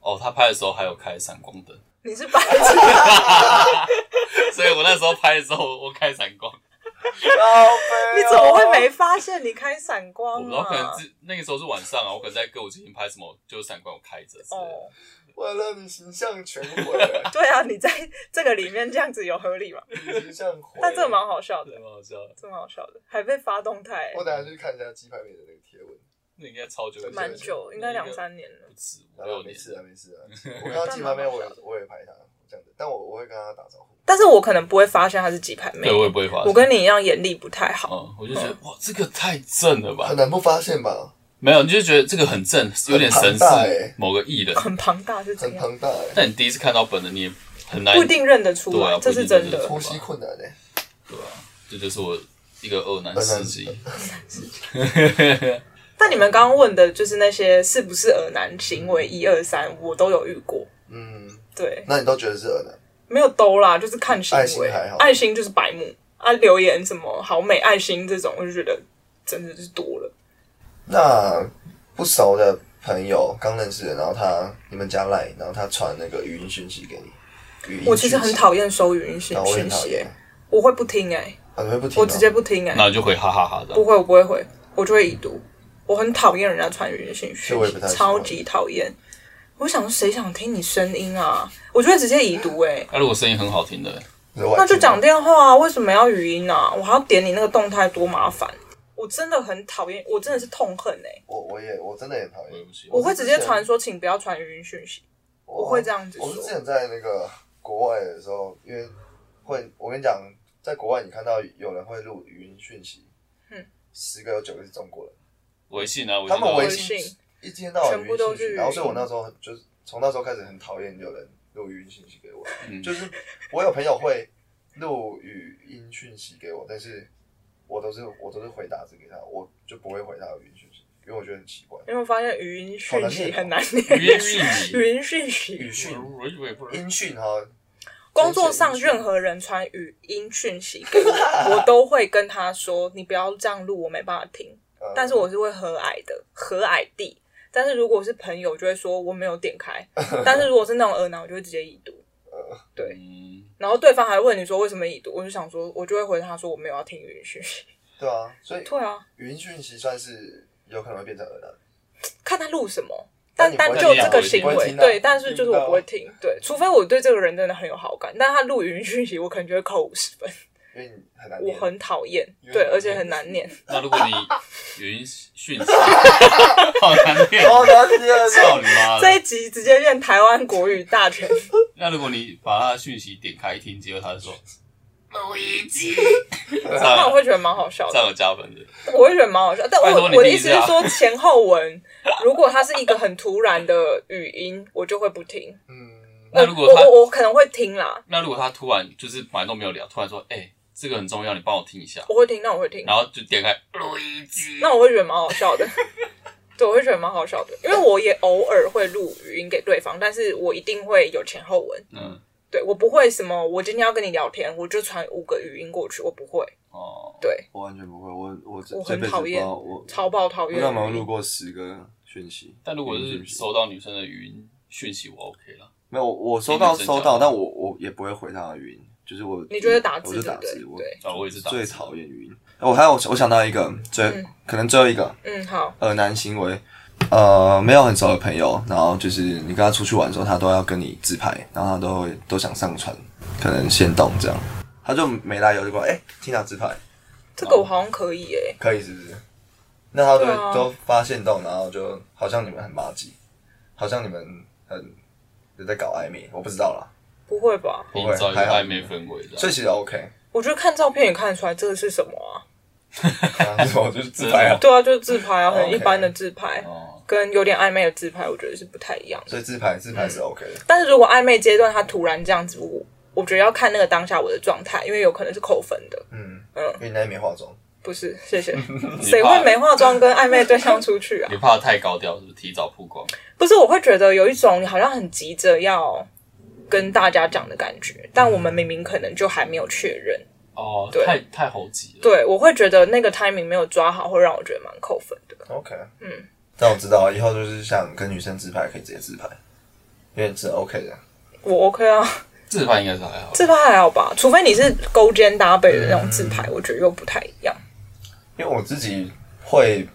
S1: 哦，她拍的时候还有开闪光灯。 [LAUGHS]
S3: 你是白痴，
S1: 啊所以我那时候拍的时候，我开闪光，
S3: 你
S2: 你
S3: 怎么会没发现你开闪
S1: 我
S3: 光
S1: 不知道可
S3: 啊
S1: 能？是那个时候是晚上啊，我可能在歌舞伎厅拍什么，就是闪光我开着之类的。
S3: 哦，
S2: 为了你形象全毁了，
S3: [LAUGHS] 对啊，你在这个里面这样子有合理吗？
S2: 你形象毁了，
S3: 但这个蛮好笑的
S1: 对，，蛮好笑的，
S3: 这蛮好笑的，还被发动态
S2: 我等下去看一下鸡排妹的那个贴文，
S1: 那应该超久，
S3: 蛮久，应该两三年了
S1: 不。止五
S2: 啊
S1: 六
S2: 没
S1: 年。
S2: 事啊，没事啊，我看到鸡排妹，我也我也拍她，这样的，但我我会跟她打招呼，
S3: 但是我可能不会发现她是鸡排妹
S1: 对，，我也不会发现。
S3: 我跟你一样眼力不太好。
S1: 嗯，我就觉得哇，这个太正了吧
S2: 很？难不发现吧，
S1: 没有，你就觉得这个很正，有点神
S2: 很
S1: 似
S2: 庞大欸
S1: 某个艺人，
S3: 很庞大是怎
S2: 很
S3: 样？
S2: 庞大哎，
S1: 但你第一次看到本人，你也很难
S3: 不一定认得出
S1: 对
S3: 来，
S1: 啊
S3: 这是真
S1: 不一定认得
S3: 的
S1: 出。
S2: 呼吸困难哎，
S1: 对吧？这就是我一个恶男司机。
S3: 但你们刚刚问的就是那些是不是耳男行为一二三，我都有遇过。
S2: 嗯，
S3: 对，
S2: 那你都觉得是恶男？
S3: 没有兜啦，就是看行
S2: 爱心
S3: 为
S2: 还好。
S3: 爱心就是白目啊，留言什么好美爱心这种，我就觉得真的是多了。
S2: 那不熟的朋友刚认识的，然后他你们加赖，然后他传那个语音讯息给你，语音
S3: 我其实很讨厌收语音
S2: 讯息
S3: 信
S2: 然后我也
S3: 信
S2: 很讨
S3: 息、
S2: 厌
S3: 欸，，我会不听哎、
S2: 啊你会不听哦？
S3: 我直接不听哎、
S1: 然后你就回哈哈哈的，
S3: 不会，我不会回，我就会已读。我很讨厌人家传语音信息
S2: 这我也不太，喜欢
S3: 超级讨厌。我想说谁想听你声音啊？我就会直接已读哎、
S1: 那如果声音很好听的，
S2: 那
S3: 那就讲电话啊，为什么要语音啊？我还要点你那个动态，多麻烦！我真的很讨厌，我真的是痛恨哎、
S2: 我我也我真的也很讨
S1: 我也
S2: 厌，
S1: 不喜欢
S3: 我会直接传说，请不要传语音讯息。
S2: 我
S3: 我会这样子
S2: 我是
S3: 说
S2: 之前在那个国外的时候，因为会我跟你讲，在国外你看到有人会录语音讯息，
S3: 嗯，
S2: 十个有九个是中国人，
S1: 微信啊，微信
S2: 他们
S1: 都
S2: 微
S3: 微
S2: 信
S3: 信
S2: 一天到晚语
S3: 全
S2: 音
S3: 部
S2: 讯
S3: 都
S2: 息，
S3: 是
S2: 然后
S3: 语
S2: 所以我
S3: 音
S2: 那时候很就是从那时候开始很讨厌有人录语音讯息给我，
S1: 嗯
S2: 就是我有朋友会录语音讯息给我，但是我都是我都是回答只给他，我就不会回他的语音讯息，因为我觉得很奇怪。
S3: 因为我发现语音讯息很难
S1: 语音
S3: 念，
S1: 讯息
S3: 语音讯息，
S2: 语讯
S1: 我以为不是
S2: 音讯哈，
S3: 工作上任何人传语音讯息给我，我都会跟他说：“你不要这样录，我没办法听。”
S2: 呃
S3: 但是我是会和蔼的，和蔼地。但是如果是朋友，就会说我没有
S2: [LAUGHS]
S3: 点开。但是如果是那种耳男，我就会直接已读。对，
S1: 嗯，
S3: 然后对方还问你说为什么已读，我就想说，我就会回他说我没有要听语音
S2: [LAUGHS]
S3: 讯息。
S2: 对啊，所以
S3: 对啊，
S2: 语音讯息算是有可能会变成耳男。
S3: 看他录什么。
S2: 但
S3: 但
S2: 你不
S3: 单
S2: 会
S3: 就
S1: 听啊
S3: 这个
S1: 你
S3: 行
S1: 不会
S3: 为，
S2: 听啊
S3: 对，但是就是
S2: 听不到
S3: 我
S2: 啊
S3: 不会听，对，除非我对这个人真的很有好感，但他录语音讯息，我可能就会扣五十分，
S2: 因为你很难
S3: 我
S2: 念，
S3: 很讨厌
S2: 因，为
S3: 对，
S2: 你
S3: 而且很难念，
S1: 那如果你语音讯息， [LAUGHS] 好难念，
S2: 好难念
S1: 操
S3: [LAUGHS]
S2: 哦
S1: 你妈
S3: 这
S1: 的！
S3: 一集直
S1: [LAUGHS]
S3: 接变台湾国语大全，
S1: 那如果你把他的讯息点开一听，结果他就说某一季，
S3: 那我
S1: 这
S3: 会觉得蛮好笑的，
S1: 样有加分的。
S3: 我会觉得蛮好笑。但
S1: 拜
S3: 我
S1: 托你
S3: 我的
S1: 闭
S3: 意思
S1: 嘴
S3: 是
S1: 啊
S3: 说，前后文如果它是一个很突然的语音，我就会不听。呃
S2: 嗯，
S1: [LAUGHS] 那如果他
S3: 我我我可能会听啦，
S1: 那如果他突然就是本来都没有聊，突然说：“哎、这个很重要，你帮我听一下。
S3: 我会听，那我会”听，
S1: 然后就点开录音机，
S3: 那我会觉得蛮好
S1: [LAUGHS]
S3: 笑的。对，我会觉得蛮好笑的，因为我也偶尔会录语音给对方，但是我一定会有前后文。
S1: 嗯
S3: 对我不会什么，我今天要跟你聊天，我就传五个语音过去，我不会。
S1: 哦，
S3: 对，
S2: 我完全不会，我我这
S3: 我
S2: 这
S3: 很
S2: 辈子
S3: 讨
S2: 不知
S3: 厌
S2: 道我
S3: 超爆讨
S2: 我
S3: 厌。
S2: 那忙录过十个讯息，
S1: 但如果
S2: 语
S1: 是
S2: 音讯息
S1: 收到女生的语音讯息，我 OK 了。
S2: 没有，我我收
S1: 听
S2: 到
S1: 女生
S2: 收
S1: 讲
S2: 到，
S1: 话
S2: 但我我也不会回他的语音，就是我
S3: 你觉得打
S2: 我
S3: 字
S2: 就
S3: 对
S2: 打
S3: 不
S2: 字
S3: 对，？
S2: 我
S3: 对，
S1: 啊，我也是打字
S2: 最讨厌语音。我还有我想到一个最、
S3: 嗯
S2: 可能最后一个
S3: 嗯，好，
S2: 耳男行为，呃，没有很熟的朋友，然后就是你跟他出去玩的时候，他都要跟你自拍，然后他都会都想上传，可能先动这样，他就没来由就过来，哎、听他自拍，
S3: 这个我好像可以诶、
S2: 可以是不是？那他都会、
S3: 对啊
S2: 都发现动，然后就好像你们很垃圾，好像你们很有在搞暧昧，我不知道啦，
S3: 不会吧？
S2: 不
S1: 营
S2: 会
S1: 造一个
S2: 还好
S1: 暧昧氛围的。
S2: 所以其实
S1: [LAUGHS]
S2: OK，
S3: 我觉得看照片也看得出来这个是什么啊？，
S2: 然后就是自拍啊
S3: 对啊，就是自
S1: 嗯
S3: 拍啊，
S2: OK
S3: 很一般的自拍，
S1: 哦，
S3: 跟有点暧昧的自拍，我觉得是不太一样的。
S2: 所以自拍自拍是 OK 的，
S3: 但是如果暧昧阶段他突然这样子，我我觉得要看那个当下我的状态，因为有可能是扣分的。
S2: 嗯，
S3: 嗯
S2: 因为你那天没化妆，
S3: 不是，
S1: [LAUGHS]
S3: 谢谢。
S1: 你
S3: 谁
S1: 怕
S3: 会没化妆跟暧昧对象出
S1: [LAUGHS]
S3: 去啊？
S1: 你怕太高调，是不是提早曝光？
S3: 不是，我会觉得有一种你好像很急着要跟大家讲的感觉，但我们明明可能就还没有确认。
S1: 哦，
S3: 对
S1: 太太猴急了。
S3: 对，我会觉得那个 timing 没有抓好，会让我觉得蛮扣分的。
S2: OK，
S3: 嗯，
S2: 但我知道以后就是像跟女生自拍可以直接自拍，因为是 OK 的。
S3: 我 OK 啊，
S1: 自拍应该是还好。
S3: 自拍还好吧，除非你是勾肩搭背的那种自
S1: 嗯
S3: 拍，我觉得又不太一样。
S2: 因为我自己会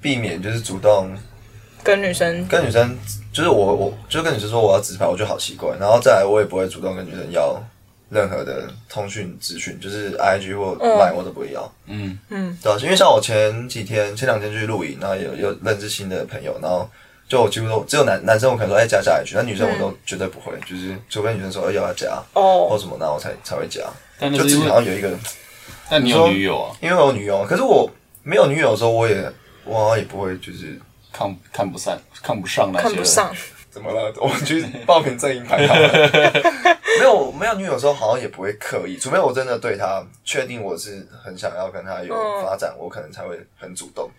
S2: 避免就是主动
S3: 跟女生
S2: 跟女生，就是我我就跟女生说我要自拍，我就好奇怪，然后再来我也不会主动跟女生要任何的通讯资讯，就是 IG 或 Line 我都不会要。
S1: 嗯，
S2: 对啊、因为像我前几天、前两天去露营，然后有有认识新的朋友，然后就我几乎都只有男男生我可能说哎、加加一句，但女生我都绝对不会，就是除非女生说哎要不要加或
S3: 哦，
S2: 什么，然后我才才会加。
S1: 但
S2: 就
S1: 那
S2: 自
S1: 是
S2: 己
S1: 因
S2: 好
S1: 为，
S2: 像有一个，
S1: 但你
S2: 你说
S1: 有女友啊，
S2: 因为我有女友，可是我没有女友的时候，我也我好像也不会就是
S1: 看看不上，看不上那些
S3: 看
S1: 人。
S3: 不上，
S2: 怎么了，我 [LAUGHS] 去报名阵营排好了。 [LAUGHS] 没有没有女友的时候，好像也不会刻意，除非我真的对她确定我是很想要跟她有
S3: 嗯
S2: 发展，我可能才会很主动。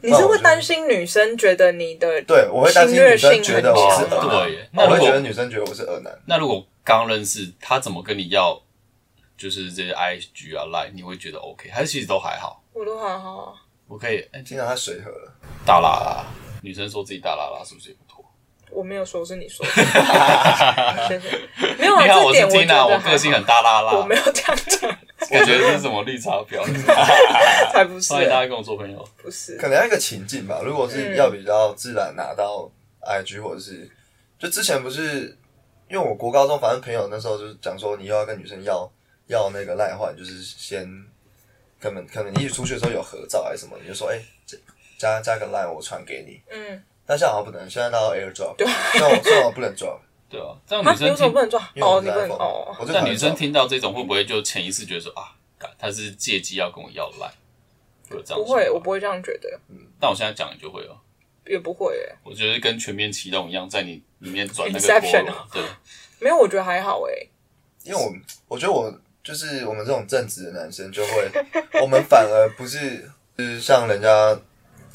S3: 你是会担心女生觉得你的
S2: 对，我会担心
S3: 侵略
S2: 女生
S3: 性
S2: 觉
S3: 很
S2: 得我是
S3: 强
S2: 恶
S1: 哦
S2: 男
S1: 对耶，那
S2: 我
S1: 如
S2: 会
S1: 果
S2: 觉得女生觉得我是恶男。
S1: 那如果刚认识他，怎么跟你要就是这些 IG 啊、Line，你会觉得 OK，还是其实都还好？
S3: 我都还好啊，
S1: 我可以哎、
S2: 经常她水和了，
S1: 大啦啦，女生说自己大啦啦是不是也不妥？
S3: 我没有说是你
S1: [LAUGHS]
S3: 说的，谢谢。没有啊，
S1: 你看
S3: 这
S1: 我是
S3: 点觉
S1: Tina，
S3: 得
S1: 我
S3: 还
S1: 个性
S3: 好
S1: 很大啦
S3: 我没
S1: 啦，
S3: 有啊这样讲，
S1: 感觉是什么绿茶婊？
S3: [LAUGHS] 才不是
S1: [LAUGHS] 欢迎大家跟我做朋友。
S3: 不是。
S2: 可能要一个情境吧。如果
S3: 嗯
S2: 是要比较自然拿到 IG 或者是，就之前不是，因为我国高中反正朋友那时候就是讲说，你又要跟女生要要那个赖话，你就是先根本可能你一起出去的时候有合照还是什么，你就说哎、这加加个赖我传给你，
S3: 嗯，
S2: 但现在好像不能，现在拿到 AirDrop，虽然我虽然我不能 drop，
S1: 对啊，这样女，
S3: 啊你
S1: 生
S3: 为什么不
S1: 听，
S3: 能抓？
S2: 因为
S3: 哦
S2: 我，是
S3: 你不
S2: iPhone，
S3: 能哦，
S2: 我就
S1: 但
S2: 讨厌
S1: 女生
S2: drop
S1: 听到这种会不会就潜意识觉得说啊，干他是借机要跟我要 Line？会有这样
S3: 不会，
S1: 想法
S3: 我不会这样觉得，
S1: 但我现在讲你就会哦。
S3: 也不会耶。
S1: 我觉得跟全面启动一样，在你里面转那个陀
S3: Inception
S1: 螺
S3: 哦，
S1: 对，
S3: 没有，我觉得还好哎。
S2: 因为我我觉得我就是我们这种正直的男生，就会我们反而不是就是像人家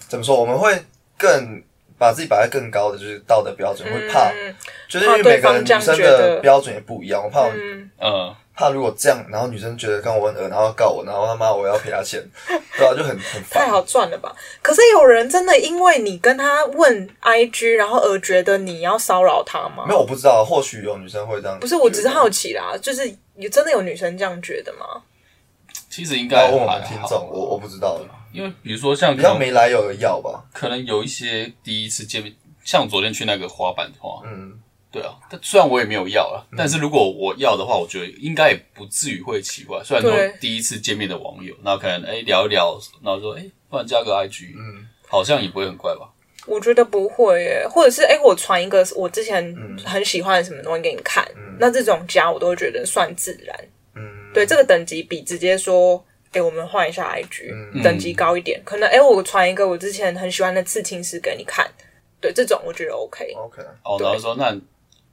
S2: 怎么说，我们会更把自己摆在更高的就是道德标准，会怕，
S3: 嗯
S2: 就是因为每个人女
S3: 怕
S2: 生
S3: 对方这样觉
S2: 的
S3: 得
S2: 标准也不一样，我怕我
S3: 嗯，
S1: 嗯，
S2: 怕如果这样，然后女生觉得跟我很恶，然后告我，然后他妈我要赔她钱，对啊，就很很
S3: 太
S2: 烦。
S3: 好赚了吧？可是有人真的因为你跟他问 IG，然后而觉得你要骚扰他吗
S2: 没？有，我不知道，或许有女生会这样。
S3: 不是，我只是好。奇啦，就是有真的有女生这样觉得吗？
S1: 其实应
S2: 要
S1: 该
S2: 问我
S1: 还
S2: 们听
S1: 好
S2: 众，啊我我不知道，
S1: 因为比如说像
S2: 比
S1: 可
S2: 较
S1: 能
S2: 没来由的要吧，
S1: 可能有一些第一次见面，像我昨天去那个滑板的话，
S2: 嗯，
S1: 对啊，但虽然我也没有要了，但是如果我要的话，我觉得应该也不至于会奇怪。虽然
S3: 对
S1: 说第一次见面的网友，那可能哎、聊一聊，然后说哎、不然加个 IG，
S2: 嗯
S1: 好像也不会很怪吧？
S3: 我觉得不会耶，或者是哎、诶我传一个我
S2: 嗯
S3: 之前很喜欢的什么东西给你看，那这种加我都会觉得算自然，
S2: 嗯
S3: 对这个等级比直接说，哎、我们换一下 IG，、
S2: 嗯
S3: 等级高一点，可能哎、诶我传一个我之前很喜欢的刺青师给你看，对这种我觉得 OK，
S2: OK，
S1: 哦，然后说那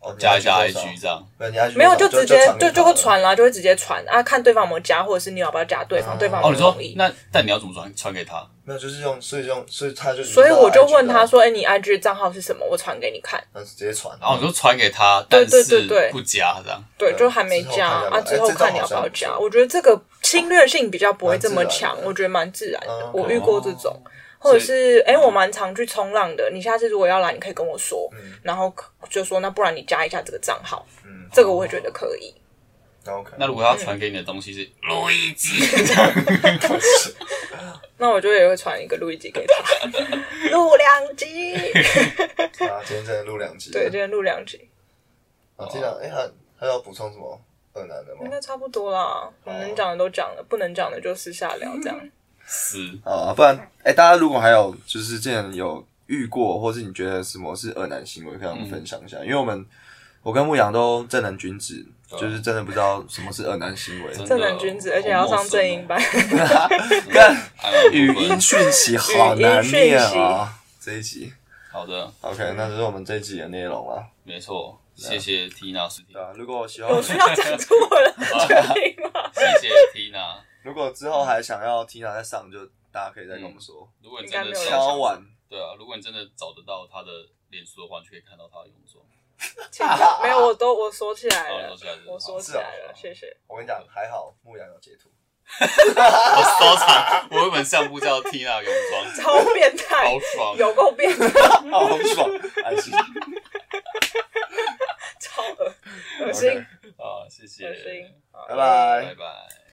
S2: 哦
S1: 加一下
S2: 你
S1: IG 这样，
S2: 对，你 IG
S3: 没有
S2: 就
S3: 直接就
S2: 就
S3: 就会。传啦，就会直接传啊，看对方有没有加，或者是你要不要加对方，
S2: 哦
S3: 对方有
S1: 哦，
S3: 没
S1: 你
S3: 有
S1: 说
S3: 同意。
S1: 那但你要怎么传传给他？
S2: 没有，就是用，所以用，所以他就
S3: 所以我就问他
S2: 他，
S3: 说：“哎、你 IG 的账号是什么？我传给你看。
S2: 那直接传，
S1: 然哦后你就传给他，
S3: 对
S1: 但
S3: 对
S1: 是
S3: 对对
S1: 不加这样。”
S3: 对，
S2: 对
S3: 就还没
S2: 之后
S3: 加
S2: 看要不要
S3: 啊，之后
S2: 哎这种
S3: 看你要不要
S2: 好像不
S3: 加。
S2: 错
S3: 我觉得这个侵略性比较不会这么
S2: 蛮自然
S3: 强
S2: 的，
S3: 我觉得蛮自然的。
S2: 嗯
S3: 我遇过这种，或
S1: 所以
S3: 者是哎、我蛮常去冲浪的。你下次如果要来，你可以跟我说，然后就说那不然你加一下这个账号，
S2: 嗯
S3: 这个我也觉得可以。
S2: 那 OK，
S1: 那如果他传给你的东西是路易吉，
S3: 那我就也会传一个录一集
S2: [LAUGHS]
S3: 给他，录两集。
S2: 啊，今天真的录两集，
S3: 对，今，天录两集，
S2: 啊，这样，哎，还还要补充什么二男的吗
S3: 应？该差不多啦。
S1: 哦
S3: 我们能讲的都讲了，不能讲的就私下聊这
S1: 嗯
S3: 样。
S1: 是
S2: 啊，不然，哎、大家如果还有就是之前有遇过，或是你觉得什么是恶男行为，可以跟我们分享一下，因为我们我跟牧羊都正人君子，就是真的不知道什么是恶男行为。
S1: 真的哦
S3: 正人君子，而且要上正音班，
S2: 看语
S1: 语
S2: 音讯息好难念啊，这一集。
S1: 好的，
S2: OK，那就是我们这一集的内容了。
S1: 没错，谢谢 Tina 苏婷
S2: 对，啊，如果喜欢
S1: 哦
S3: [LAUGHS] 有，需要讲出我的决定
S1: [LAUGHS]
S3: 吗？
S1: 谢谢 Tina。
S2: 如果之后还想要 Tina 再上，就大家可以再跟我们说。
S1: 如果你
S3: 应该
S1: 真
S3: 没
S1: 的
S3: 有人
S1: 找
S2: 敲碗，
S1: 对啊，如果你真的找得到他的脸书的话，你就可以看到他的泳装。
S3: 请假没有，我都我说起来
S1: 哦
S3: 了
S1: 说起来了，哦
S3: 我说起来了，谢谢。
S2: 我跟你讲，还好牧羊有截图。
S1: [LAUGHS] 我收藏，我有一本相簿叫 Tina 泳装，
S3: 超变态
S1: 好，爽。
S3: 有够变态。
S2: 哦好爽！
S1: [LAUGHS]
S2: 哎
S1: 啊